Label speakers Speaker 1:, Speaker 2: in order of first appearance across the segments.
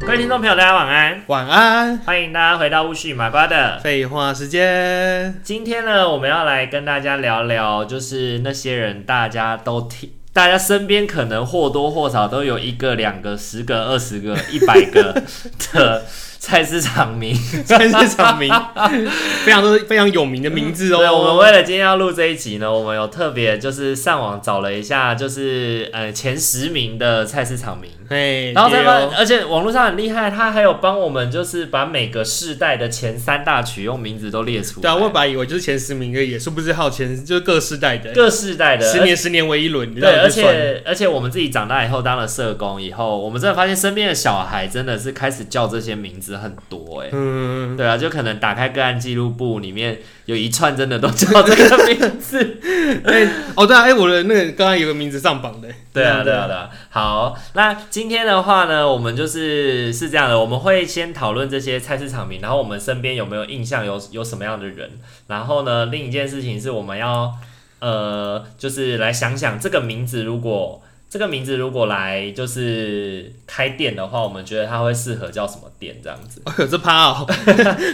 Speaker 1: 各位听众朋友，大家晚安，
Speaker 2: 晚安。
Speaker 1: 欢迎大家回到巫师与麻瓜的。
Speaker 2: 废话时 间，
Speaker 1: 今天呢，我们要来跟大家聊聊，就是那些人，大家都听，大家身边可能或多或少都有一个、两个、十个、二十个、一百 个的菜市场 名。
Speaker 2: 菜市场名，非常多非常有名的名字哦。
Speaker 1: 对，我们为了今天要录这一集呢，我们有特别就是上网找了一下，就是呃前十名的菜市场名。
Speaker 2: 嘿，哦
Speaker 1: 然后再
Speaker 2: 也
Speaker 1: 帮，
Speaker 2: 有
Speaker 1: 而且网络上很厉害，他还有帮我们就是把每个世代的前三大曲用名字都列出来，
Speaker 2: 对啊，我本来以为就是前十名而已，殊不知还有前就是各世代的，
Speaker 1: 各世代的
Speaker 2: 十。年十年为一轮，你知道
Speaker 1: 对，
Speaker 2: 吗
Speaker 1: 而
Speaker 2: 就算
Speaker 1: 且而且我们自己长大以后当了社工以后，我们真的发现身边的小孩真的是开始叫这些名字很多哎、
Speaker 2: 嗯，
Speaker 1: 对啊，就可能打开个案记录簿里面有一串真的都叫这个名字。
Speaker 2: 哎、哦对啊，哎、我的那个刚刚有个名字上榜的，
Speaker 1: 对啊，对啊，对啊。好，那今天的话呢，我们就是是这样的，我们会先讨论这些菜市场名，然后我们身边有没有印象有有什么样的人，然后呢，另一件事情是我们要呃，就是来想想这个名字如果。这个名字如果来就是开店的话，我们觉得它会适合叫什么店这样子。
Speaker 2: 哦，有这趴 哦，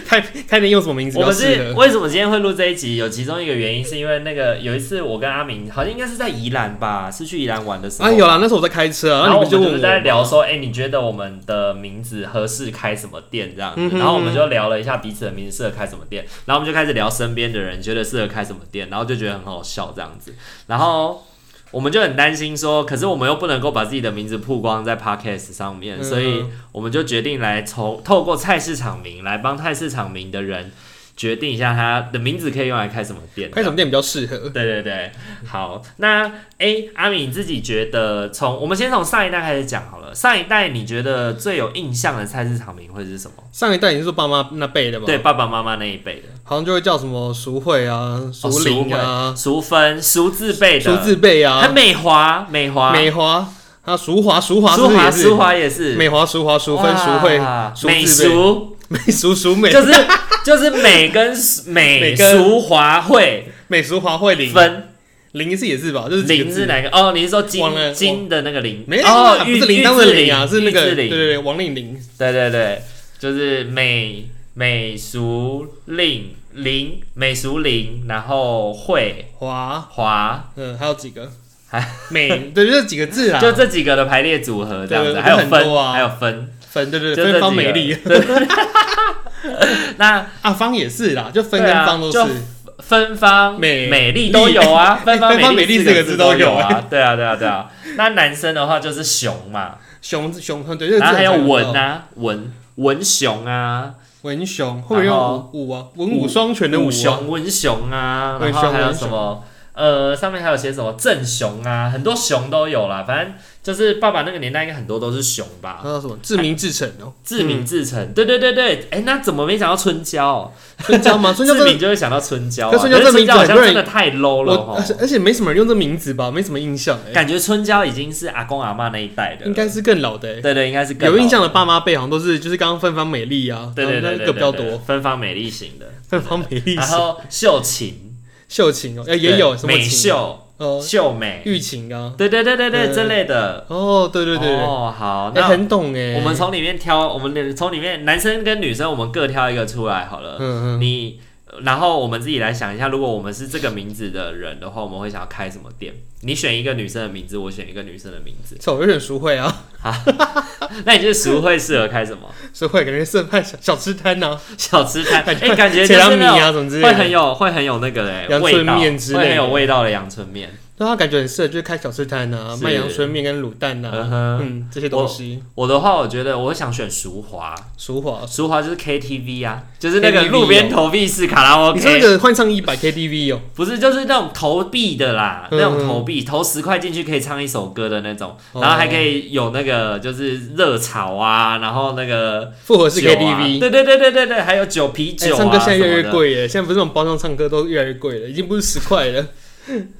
Speaker 2: 开开年用什么名字比
Speaker 1: 我
Speaker 2: 较
Speaker 1: 们
Speaker 2: 适
Speaker 1: 是
Speaker 2: 合？
Speaker 1: 为什么今天会录这一集？有其中一个原因是因为那个有一次我跟阿明好像应该是在宜兰吧，是去宜兰玩的时候。
Speaker 2: 啊，有啦，那时候我在开车啊，
Speaker 1: 然
Speaker 2: 后
Speaker 1: 后
Speaker 2: 你
Speaker 1: 我们
Speaker 2: 们就
Speaker 1: 就
Speaker 2: 问我
Speaker 1: 是在聊说，哎、你觉得我们的名字合适开什么店这样子？
Speaker 2: 嗯哼
Speaker 1: 然后我们就聊了一下彼此的名字适合开什么店，然后我们就开始聊身边的人觉得适合开什么店，然后就觉得很好笑这样子，然后。我们就很担心说，可是我们又不能够把自己的名字曝光在 podcast 上面，
Speaker 2: 嗯
Speaker 1: 所以我们就决定来从透过菜市场名来帮菜市场名的人决定一下他的名字可以用来开什么店。
Speaker 2: 开什么店比较适合？
Speaker 1: 对对对，好，那哎、诶阿米你自己觉得从我们先从上一代开始讲好了。上一代你觉得最有印象的菜市场名会是什么？
Speaker 2: 上一代你是说爸妈那辈的嘛？
Speaker 1: 对，，爸爸妈妈那一辈的，
Speaker 2: 好像就会叫什么淑慧
Speaker 1: 哦
Speaker 2: 啊、淑玲啊、
Speaker 1: 淑芬、淑字辈
Speaker 2: 淑
Speaker 1: 的，
Speaker 2: 字辈
Speaker 1: 还
Speaker 2: 啊、
Speaker 1: 美华、美华、
Speaker 2: 美华啊、淑华、淑华、
Speaker 1: 淑华、淑
Speaker 2: 淑、
Speaker 1: 华也是，
Speaker 2: 美华、淑华、淑芬、淑慧、
Speaker 1: 哇
Speaker 2: 淑
Speaker 1: 美
Speaker 2: 字辈、
Speaker 1: 淑，
Speaker 2: 美淑、淑美、
Speaker 1: 就是就是美跟美
Speaker 2: 美跟
Speaker 1: 淑华会
Speaker 2: 美淑华慧玲、
Speaker 1: 分
Speaker 2: 玲是也是吧？就是几个
Speaker 1: 林是
Speaker 2: 字？
Speaker 1: 哪个？哦，你是说金
Speaker 2: 忘了
Speaker 1: 金的那个林？
Speaker 2: 没有
Speaker 1: 哦
Speaker 2: 啊，，不
Speaker 1: 玉
Speaker 2: 是铃铛的铃啊，
Speaker 1: 玉字
Speaker 2: 是那
Speaker 1: 玉
Speaker 2: 个
Speaker 1: 字
Speaker 2: 对对
Speaker 1: 铃
Speaker 2: 对，王令玲。
Speaker 1: 对对对，就是美美熟令林美熟林，然后会
Speaker 2: 华，
Speaker 1: 华，
Speaker 2: 嗯，还有几个
Speaker 1: 还？
Speaker 2: 美，对，就这几个字啊，
Speaker 1: 就这几个的排列组合这样子，
Speaker 2: 对
Speaker 1: 还有
Speaker 2: 很多
Speaker 1: 分，
Speaker 2: 啊
Speaker 1: 还有分，
Speaker 2: 分，对对
Speaker 1: 就
Speaker 2: 对，
Speaker 1: 这几
Speaker 2: 芬芳
Speaker 1: 个
Speaker 2: 美丽。
Speaker 1: 那
Speaker 2: 啊，芳也是啦，就分跟
Speaker 1: 对啊
Speaker 2: 芳都。
Speaker 1: 就是芬芳
Speaker 2: 美
Speaker 1: 美丽都有啊，芬
Speaker 2: 芬芳
Speaker 1: 芳
Speaker 2: 美丽
Speaker 1: 丽
Speaker 2: 四
Speaker 1: 个
Speaker 2: 个字都
Speaker 1: 有
Speaker 2: 有
Speaker 1: 啊，对啊对啊对啊。那男生的话就是熊嘛，
Speaker 2: 熊熊，对，这个
Speaker 1: 然后还有
Speaker 2: 字很常
Speaker 1: 文
Speaker 2: 到
Speaker 1: 啊文文熊啊，
Speaker 2: 文雄，会不会
Speaker 1: 然
Speaker 2: 用
Speaker 1: 后
Speaker 2: 武武啊？文武双全的武雄，
Speaker 1: 雄、文雄啊，然
Speaker 2: 文
Speaker 1: 后
Speaker 2: 雄
Speaker 1: 还有
Speaker 2: 文
Speaker 1: 什
Speaker 2: 雄
Speaker 1: 么？呃，上面还有写什么正雄啊，很多熊都有啦。反正就是爸爸那个年代，应该很多都是熊吧。
Speaker 2: 还有什么志明至诚哦，
Speaker 1: 志明至诚，对对对对，哎、那怎么没想到春娇？
Speaker 2: 春娇吗？春娇
Speaker 1: 志
Speaker 2: 真
Speaker 1: 明
Speaker 2: 的，
Speaker 1: 就会想到春娇、啊，
Speaker 2: 可是春娇
Speaker 1: 可是
Speaker 2: 这名字
Speaker 1: 好
Speaker 2: 很
Speaker 1: 像
Speaker 2: 多
Speaker 1: 真
Speaker 2: 人
Speaker 1: 的太 low 了
Speaker 2: 我呃
Speaker 1: 哦
Speaker 2: 而且而且没什么人用这名字吧，没什么印象哎，
Speaker 1: 感觉春娇已经是阿公阿妈那一代的了，
Speaker 2: 应该是更老的
Speaker 1: 对对，应该是
Speaker 2: 哎，
Speaker 1: 更
Speaker 2: 有印
Speaker 1: 老
Speaker 2: 象的爸妈辈好像都是就是刚刚芬芳美丽啊，
Speaker 1: 对对
Speaker 2: 然后
Speaker 1: 对
Speaker 2: 那
Speaker 1: 对对
Speaker 2: 个比较
Speaker 1: 对
Speaker 2: 多，
Speaker 1: 芬芳美丽型的，
Speaker 2: 芬芳美丽
Speaker 1: 然后秀琴
Speaker 2: 秀琴哦，哎
Speaker 1: 对
Speaker 2: 也有什么
Speaker 1: 美
Speaker 2: 琴
Speaker 1: 秀
Speaker 2: 哦，
Speaker 1: 秀美，
Speaker 2: 玉琴啊，
Speaker 1: 对对对对对
Speaker 2: 对
Speaker 1: 这类的，
Speaker 2: 哦对对对对，
Speaker 1: 哦，好，
Speaker 2: 哎
Speaker 1: 那
Speaker 2: 很懂哎，
Speaker 1: 我们从里面挑，我们从里面男生跟女生，我们各挑一个出来好了。
Speaker 2: 嗯嗯，
Speaker 1: 你，然后我们自己来想一下，如果我们是这个名字的人的话，我们会想要开什么店？你选一个女生的名字，我选一个女生的名字，
Speaker 2: 这我有点熟会啊，
Speaker 1: 那你觉得熟会适合开什么
Speaker 2: 熟会感觉是卖小小吃摊呐，
Speaker 1: 小吃摊？哎、
Speaker 2: 感觉
Speaker 1: 感觉就
Speaker 2: 切拉
Speaker 1: 是
Speaker 2: 米
Speaker 1: 那种
Speaker 2: 啊什么之类
Speaker 1: 会很
Speaker 2: 的，
Speaker 1: 有会很有那个嘞、
Speaker 2: 阳
Speaker 1: 味
Speaker 2: 春
Speaker 1: 道，
Speaker 2: 面之类的
Speaker 1: 会很有味道的阳春面。
Speaker 2: 对啊，感觉很适合就是开小吃摊啊，
Speaker 1: 是
Speaker 2: 卖阳春面跟卤蛋呐。
Speaker 1: 嗯哼，
Speaker 2: 嗯，这些东西，
Speaker 1: 我的话，我觉得我会想选熟华，
Speaker 2: 俗话。
Speaker 1: 熟华就是 KTV 啊，就是那个
Speaker 2: KTV
Speaker 1: 路边投币式卡拉 OK。
Speaker 2: 你说那个换唱一百 KTV 哦，
Speaker 1: 不是，就是那种投币的啦，
Speaker 2: 嗯
Speaker 1: 那种投币投十块进去可以唱一首歌的那种，
Speaker 2: 哦
Speaker 1: 然后还可以有那个就是热炒啊，然后那个
Speaker 2: 复合式
Speaker 1: 酒啊
Speaker 2: KTV，、
Speaker 1: 对对对对对对，还有酒啤
Speaker 2: 哎
Speaker 1: 酒啊，
Speaker 2: 唱歌现在越来
Speaker 1: 什
Speaker 2: 越
Speaker 1: 么的。
Speaker 2: 贵耶，现在不是那种包厢唱歌都越来越贵了，已经不是十块了，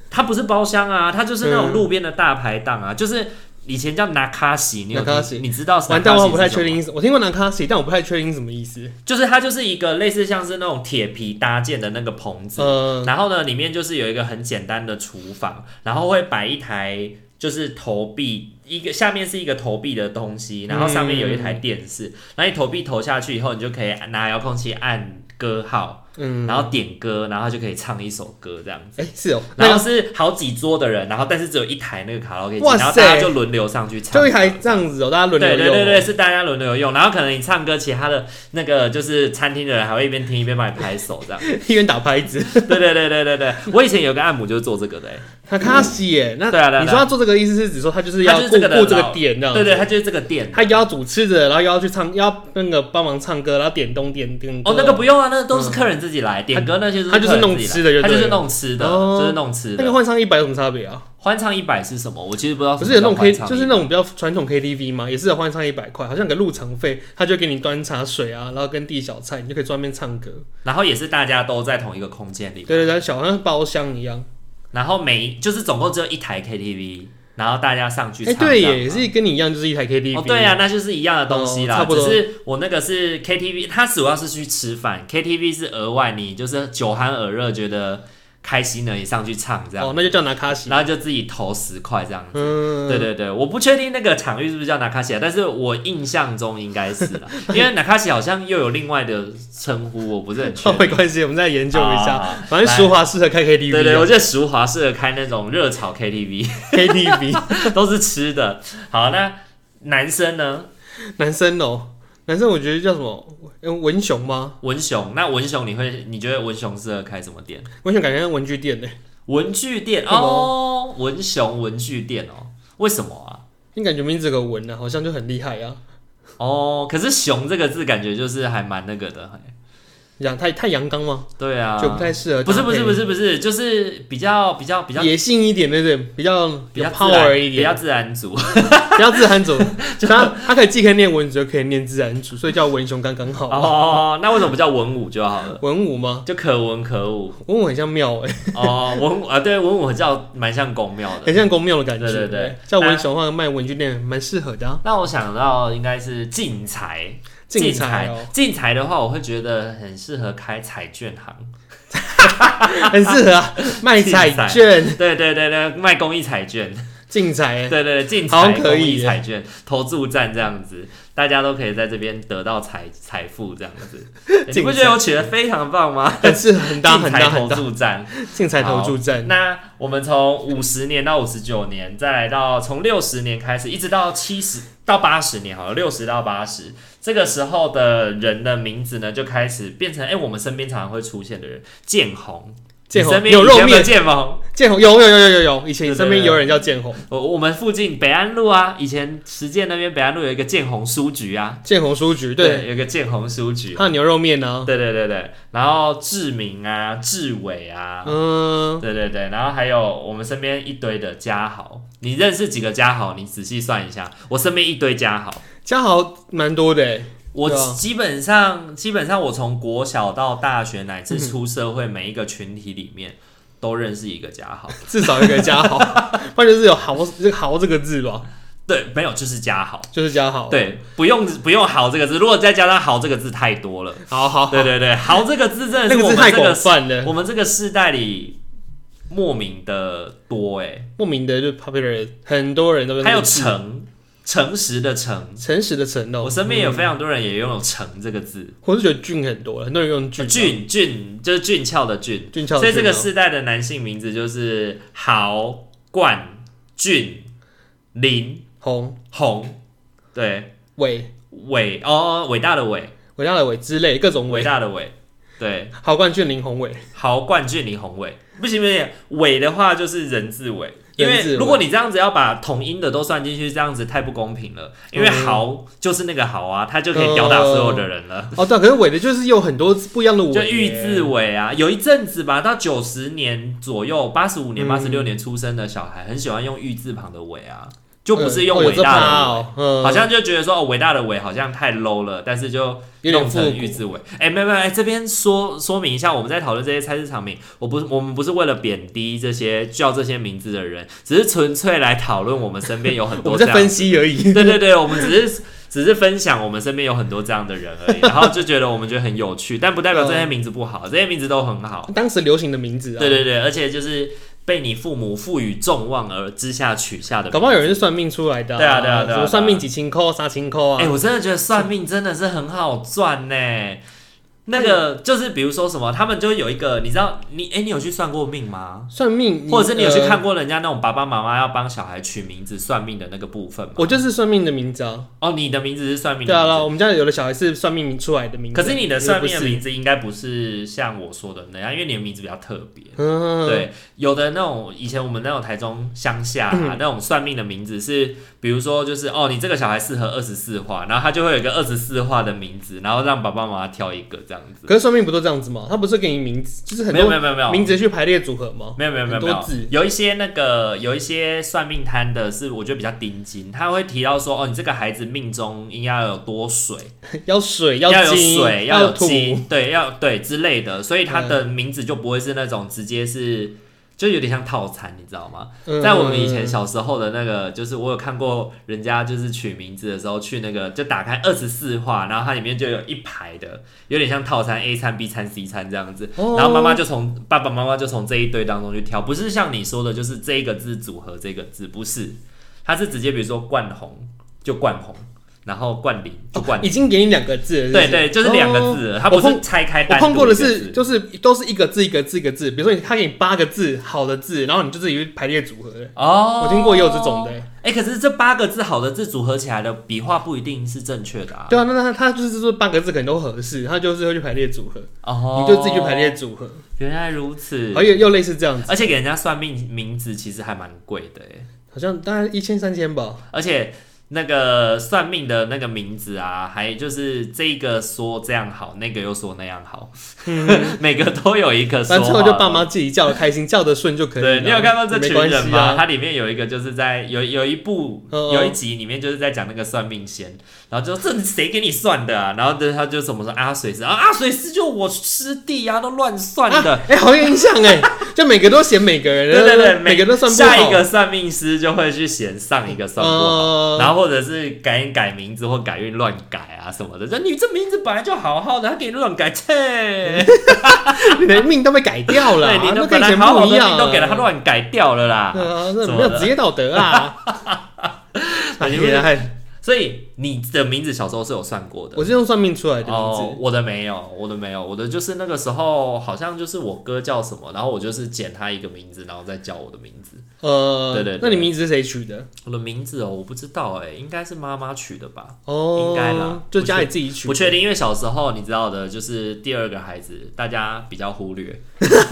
Speaker 1: 它不是包厢啊，它就是那种路边的大排档啊，就是以前叫 Nakashi，你有听
Speaker 2: 嗯 Nakashi
Speaker 1: 你知道是
Speaker 2: 完蛋，我
Speaker 1: Nakashi
Speaker 2: 不太
Speaker 1: 是什么
Speaker 2: 确定意思。我听过南卡西，但我不太确定什么意思。
Speaker 1: 啊就是它就是一个类似像是那种铁皮搭建的那个棚子，
Speaker 2: 呃，
Speaker 1: 嗯然后呢，里面就是有一个很简单的厨房，然后会摆一台就是投币，一个下面是一个投币的东西，然后上面有一台电视，那、你投币投下去以后，你就可以拿遥控器按歌号，
Speaker 2: 嗯，
Speaker 1: 然后点歌，然后就可以唱一首歌这样子。
Speaker 2: 哎、是哦、那
Speaker 1: 然后
Speaker 2: 个
Speaker 1: 是好几桌的人，然后但是只有一台那个卡拉 OK 机，
Speaker 2: 哇
Speaker 1: 然
Speaker 2: 塞
Speaker 1: 后大家就轮流上去唱，
Speaker 2: 就一台这样子哦、大家轮流
Speaker 1: 对
Speaker 2: 用。
Speaker 1: 对对对，是大家轮流用，然后可能你唱歌，其他的那个就是餐厅的人还会一边听一边帮你拍手这样。
Speaker 2: 一边打拍子。
Speaker 1: 对对对对对对，我以前有个按摩就是做这个的、欸，
Speaker 2: 他卡西耶，那
Speaker 1: 对啊对啊对啊
Speaker 2: 你说他做这个意思是指说他就是要
Speaker 1: 他
Speaker 2: 顾
Speaker 1: 就是这个的
Speaker 2: 顾这
Speaker 1: 老
Speaker 2: 个点这样子
Speaker 1: 对对，他就是这个店。
Speaker 2: 他又要主持的，然后又要去唱，又要那个帮忙唱歌，然后点东点点歌
Speaker 1: 哦，那个不用啊，那个都是客人自己来、点歌那些都
Speaker 2: 他就是
Speaker 1: 客人
Speaker 2: 弄
Speaker 1: 自己来
Speaker 2: 吃的就
Speaker 1: 他
Speaker 2: 对
Speaker 1: 就是
Speaker 2: 了
Speaker 1: 弄吃的，
Speaker 2: 哦
Speaker 1: 就是弄吃
Speaker 2: 那个
Speaker 1: 的。
Speaker 2: 换上一百有什么差别啊？
Speaker 1: 欢唱一百是什么？我其实不知道什
Speaker 2: 不
Speaker 1: 么
Speaker 2: 是有
Speaker 1: 叫欢
Speaker 2: 那
Speaker 1: 唱100。
Speaker 2: 种 K，就是那种比较传统 KTV 吗？也是有换上一百块，好像有个入场费，他就给你端茶水啊，然后跟递小菜，你就可以专门唱歌。
Speaker 1: 然后也是大家都在同一个空间里，
Speaker 2: 对对对，小好像包厢一样。
Speaker 1: 然后每一就是总共只有一台 KTV，然后大家上去
Speaker 2: 哎、
Speaker 1: 唱这样吗。
Speaker 2: 对耶，也是跟你一样，就是一台 KTV。
Speaker 1: 哦，对啊，那就是一样的东西
Speaker 2: 哦
Speaker 1: 啦，
Speaker 2: 差不
Speaker 1: 只
Speaker 2: 多
Speaker 1: 是我那个是 KTV，它主要是去吃饭，KTV 是额外你就是酒酣耳热，觉得开心了，你上去唱这样，
Speaker 2: 哦，那就叫拿卡西。
Speaker 1: 然后就自己投十块这样子。
Speaker 2: 嗯，
Speaker 1: 对对对，我不确定那个场域是不是叫纳卡西啊，但是我印象中应该是 啦，因为纳卡西好像又有另外的称呼，我不是很确
Speaker 2: 哦，没
Speaker 1: 定。
Speaker 2: 关 系，我们再研究一下。
Speaker 1: 啊
Speaker 2: 反正舒华适合开 KTV，、啊、
Speaker 1: 对对，我记得石华适合开那种热炒 KTV，
Speaker 2: KTV
Speaker 1: 都是吃的。好，那男生呢？
Speaker 2: 男生哦、男生我觉得叫什么？呃文雄吗？
Speaker 1: 文雄，那文雄你会你觉得文雄适合开什么店？
Speaker 2: 文雄感觉像文具店呢、
Speaker 1: 文具店
Speaker 2: 为什么
Speaker 1: 哦，文雄文具店哦，为什么啊？
Speaker 2: 你感觉名字有个文啊，好像就很厉害啊，
Speaker 1: 哦，可是“熊”这个字感觉就是还蛮那个的，嘿
Speaker 2: 阳太太阳刚吗？
Speaker 1: 对啊，
Speaker 2: 就不太适合
Speaker 1: 不是
Speaker 2: 搭配。
Speaker 1: 不是不是不是，就是比较比较比较
Speaker 2: 野性一点，对不对？比较
Speaker 1: 比较
Speaker 2: 有
Speaker 1: 自然
Speaker 2: power 一
Speaker 1: 比较
Speaker 2: 点，
Speaker 1: 自然组。
Speaker 2: 比较自然 组。他他可以既可以念文组，又可以念自然组，所以叫文雄刚刚 好。
Speaker 1: 哦，那为什么不叫文武就好了？
Speaker 2: 文武吗？
Speaker 1: 就可文可武
Speaker 2: 文武很像庙 哎、
Speaker 1: 哦，文武啊，对文武叫蛮像公庙的。
Speaker 2: 很像公庙的感觉。
Speaker 1: 对对对
Speaker 2: 叫文雄的话，卖文具店蛮适合 的、啊。
Speaker 1: 让我想到应该是进财，
Speaker 2: 进财
Speaker 1: 财
Speaker 2: 哦，，
Speaker 1: 进财的话，我会觉得很适合开彩券行。
Speaker 2: 很适合、啊、卖彩券，
Speaker 1: 对对对对，卖公益彩 券。
Speaker 2: 进欸财
Speaker 1: 对对对，进
Speaker 2: 好
Speaker 1: 财
Speaker 2: 像可
Speaker 1: 公
Speaker 2: 以
Speaker 1: 益
Speaker 2: 耶
Speaker 1: 彩券投注站这样子，大家都可以在这边得到财财富这样子。 你不觉得我取得非常棒吗？
Speaker 2: 很适合很搭很
Speaker 1: 进财
Speaker 2: 搭
Speaker 1: 投
Speaker 2: 很搭。
Speaker 1: 注站。
Speaker 2: 进财投注站，
Speaker 1: 那我们从五十年到五十九年，再来到从六十年开始，一直到七十到八十年，好了，六十到八十，这个时候的人的名字呢，就开始变成哎、我们身边常常会出现的人，建红。
Speaker 2: 建宏
Speaker 1: 你身边
Speaker 2: 有肉
Speaker 1: 以前没
Speaker 2: 面
Speaker 1: 建红，
Speaker 2: 建宏有有有有有有，以前
Speaker 1: 对对
Speaker 2: 身边
Speaker 1: 对
Speaker 2: 有人叫建宏，
Speaker 1: 我我们附近北安路啊，以前实践那边北安路有一个建红书局啊，
Speaker 2: 建宏书局对，
Speaker 1: 有一个建红书局，
Speaker 2: 还有牛肉面啊呢、
Speaker 1: 对对对对，然后志明啊、志伟啊，
Speaker 2: 嗯，
Speaker 1: 对对对，然后还有我们身边一堆的嘉豪，你认识几个嘉豪？你仔细算一下，我身边一堆嘉豪，
Speaker 2: 嘉豪蛮多的欸，
Speaker 1: 我
Speaker 2: 对啊
Speaker 1: 基本上、基本上我从国小到大学乃至出社会每一个群体里面。都认识一个嘉 豪，
Speaker 2: 至少一个嘉 豪，不然就是有豪这个豪这个字吧，
Speaker 1: 对，没有就是嘉豪，
Speaker 2: 就是嘉豪。，
Speaker 1: 对，不用不用“豪”这个字，如果再加上“豪”这个字太多了，
Speaker 2: 好好，
Speaker 1: 对对对，“豪”这个字真
Speaker 2: 哦那
Speaker 1: 的是
Speaker 2: 个
Speaker 1: 我
Speaker 2: 字
Speaker 1: 们
Speaker 2: 太
Speaker 1: 这个
Speaker 2: 广泛了，
Speaker 1: 我们这个世代里莫名的多哎、
Speaker 2: 莫名的就 popular，很多人都跟
Speaker 1: 还有
Speaker 2: 这个字
Speaker 1: 诚诚实的诚，
Speaker 2: 诚实的诚哦，
Speaker 1: 我身边有非常多人也拥有“诚”这个字，
Speaker 2: 我是觉得俊很多，很多人用俊啊
Speaker 1: 俊
Speaker 2: 俊
Speaker 1: 俊就是俊俏的俊，
Speaker 2: 俊俏的俊哦，
Speaker 1: 所以这个世代的男性名字就是豪、冠、俊、林、
Speaker 2: 红
Speaker 1: 宏，对，
Speaker 2: 伟
Speaker 1: 伟哦，伟大的伟，
Speaker 2: 伟大的伟之类各种
Speaker 1: 伟
Speaker 2: 伟，
Speaker 1: 大的伟，对，
Speaker 2: 豪冠俊林宏伟，
Speaker 1: 豪、冠、俊、林、宏、伟，不行不行，伟的话就是人字伟。因
Speaker 2: 人字
Speaker 1: 为
Speaker 2: 伟
Speaker 1: 如果你这样子要把同音的都算进去，这样子太不公平了。因为
Speaker 2: 嗯
Speaker 1: 豪就是那个豪啊，他就可以吊打所有的人了。
Speaker 2: 哦对啊，可是伟的就是有很多不一样的伟
Speaker 1: 就
Speaker 2: 耶，
Speaker 1: 玉字伟啊，有一阵子吧，到九十年左右，八十五年、
Speaker 2: 嗯
Speaker 1: 八十六年出生的小孩，很喜欢用玉字旁的伟啊。就不是用
Speaker 2: 呃哦有
Speaker 1: 伟
Speaker 2: 这
Speaker 1: 大
Speaker 2: 趴
Speaker 1: 的伟，
Speaker 2: 哦，嗯
Speaker 1: 好像就觉得说哦，伟大的伟好像太 low 了，但是就
Speaker 2: 有
Speaker 1: 弄
Speaker 2: 点复
Speaker 1: 成玉
Speaker 2: 古。
Speaker 1: 字尾。哎、没有没有，哎、这边说说明一下，我们在讨论这些菜市场名，我不是我们不是为了贬低这些叫这些名字的人，只是纯粹来讨论我们身边有很
Speaker 2: 我
Speaker 1: 多
Speaker 2: 们
Speaker 1: 这
Speaker 2: 在
Speaker 1: 样。
Speaker 2: 分析而 已。
Speaker 1: 对对对，我们只是只是分享我们身边有很多这样的人而已，然后就觉得我们觉得很有趣，但不代表这些名字不好，这些名字都很好。
Speaker 2: 当时流行的名字啊，
Speaker 1: 对对对，而且就是被你父母赋予众望而之下取下的。
Speaker 2: 搞不好有人是算命出来的、
Speaker 1: 对啊对啊对啊
Speaker 2: 什
Speaker 1: 对啊
Speaker 2: 么算命几千扣、啥千扣啊？
Speaker 1: 哎、我真的觉得算命真的是很好赚呢、那个就是比如说什么，他们就有一个，你知道你哎、你有去算过命吗？
Speaker 2: 算命，
Speaker 1: 或者是你有去看
Speaker 2: 呃
Speaker 1: 过人家那种爸爸妈妈要帮小孩取名字算命的那个部分吗？
Speaker 2: 我就是算命的名字啊，
Speaker 1: 哦，你的名字是算命
Speaker 2: 对啊，
Speaker 1: 的
Speaker 2: 然后
Speaker 1: 名字，
Speaker 2: 我们家有的小孩是算命出来的名字，
Speaker 1: 可是你的算命的
Speaker 2: 有
Speaker 1: 名字应该不是像我说的那样，因为你的名字比较特别。
Speaker 2: 不是，嗯，
Speaker 1: 对，有的那种以前我们那种台中乡下、啊、
Speaker 2: 嗯
Speaker 1: 那种算命的名字是，比如说就是哦，你这个小孩适合二十四画，然后他就会有一个二十四画的名字，然后让爸爸妈妈挑一个这样子。
Speaker 2: 可是算命不都这样子吗？他不是给你名字，就是很
Speaker 1: 没有没
Speaker 2: 多
Speaker 1: 有没有没有
Speaker 2: 名字去排列组合吗？
Speaker 1: 没有没有没有
Speaker 2: 很多
Speaker 1: 没有
Speaker 2: 字，
Speaker 1: 有一些那个有一些算命摊的是我觉得比较盯紧，他会提到说哦，你这个孩子命中应该有多水，
Speaker 2: 要水，
Speaker 1: 要有
Speaker 2: 金，
Speaker 1: 水，
Speaker 2: 要
Speaker 1: 有
Speaker 2: 土，嗯
Speaker 1: 金，对，要对之类的，所以它的名字就不会是那种直接是，就有点像套餐，你知道吗？
Speaker 2: 嗯
Speaker 1: 在我们以前小时候的那个，就是我有看过人家就是取名字的时候，去那个就打开二十四画，然后它里面就有一排的，有点像套餐 A 餐、B 餐、C 餐这样子。
Speaker 2: 哦
Speaker 1: 然后妈妈就从爸爸妈妈就从这一堆当中去挑，不是像你说的，就是这一个字组合这个字，不是，它是直接比如说冠红就冠红，然后冠霖就冠
Speaker 2: 已经给你两个字了，是不
Speaker 1: 对
Speaker 2: 是
Speaker 1: 对，就是两个字，
Speaker 2: 哦
Speaker 1: 它
Speaker 2: 我
Speaker 1: 不
Speaker 2: 碰
Speaker 1: 是拆开
Speaker 2: 我
Speaker 1: 单独
Speaker 2: 碰过的
Speaker 1: 一个
Speaker 2: 是，
Speaker 1: 字
Speaker 2: 就是都是一个字一个字一个字，比如说你他给你八个字好的字，然后你就自己去排列组合的。
Speaker 1: 哦，
Speaker 2: 我听过也有这种的。欸、
Speaker 1: 哎、可是这八个字好的字组合起来的笔画不一定是正确的啊。
Speaker 2: 对啊，那那他就是说八个字可能都合适，他就是会去排列组合，
Speaker 1: 哦，
Speaker 2: 你就自己去排列。组合，
Speaker 1: 原来如此，
Speaker 2: 而且又类似这样子，
Speaker 1: 而且给人家算命名字其实还蛮贵的哎，
Speaker 2: 好像大概一千三千吧。
Speaker 1: 而且。那个算命的那个名字啊，还就是这个说这样好，那个又说那样 好，每个都有一个说
Speaker 2: 反
Speaker 1: 好的。
Speaker 2: 正最后就爸妈自己叫的开心，叫的顺就可以了。
Speaker 1: 啊对你有看到这群
Speaker 2: 没
Speaker 1: 人
Speaker 2: 关系
Speaker 1: 吗？
Speaker 2: 啊，
Speaker 1: 它里面有一个就是在有有一部
Speaker 2: 嗯嗯
Speaker 1: 有一集里面就是在讲那个算命仙，然后就说这谁给你算的啊？然后就他就怎么说阿水师啊阿水师就我师弟啊，都乱算的。
Speaker 2: 哎、好有印象哎，就每个都嫌每个人，
Speaker 1: 对 对对，
Speaker 2: 呃每个都算不好。啊
Speaker 1: 下一个算命师就会去嫌上一个算不好，
Speaker 2: 呃
Speaker 1: 然后或者是改改名字或改运乱改啊什么的。就你这名字本来就好好的，他给你乱改，切。
Speaker 2: 你的命都被改掉了、啊
Speaker 1: 对，你都
Speaker 2: 都
Speaker 1: 本
Speaker 2: 跟以
Speaker 1: 来
Speaker 2: 前
Speaker 1: 好好
Speaker 2: 不
Speaker 1: 的
Speaker 2: 一样、啊
Speaker 1: 命都给了他乱改掉了啦。
Speaker 2: 对 啊，那
Speaker 1: 怎么
Speaker 2: 没有
Speaker 1: 了
Speaker 2: 职业道德 啊！哎
Speaker 1: 你不是
Speaker 2: 呀， 还
Speaker 1: 所以你的名字小时候是有算过的
Speaker 2: 我。是用算命出来的名
Speaker 1: 哦，
Speaker 2: 字，
Speaker 1: 我的没有，我的没有，我的就是那个时候好像就是我哥叫什么，然后我就是捡他一个名字，然后再叫我的名字。
Speaker 2: 呃，
Speaker 1: 对对对
Speaker 2: 那你名字是谁取的？
Speaker 1: 我的名字哦，我不知道哎、应该是妈妈取的吧？
Speaker 2: 哦，
Speaker 1: 应该啦
Speaker 2: 就家里自己取
Speaker 1: 不。确定，因为小时候你知道的，就是第二个孩子大家比较忽略，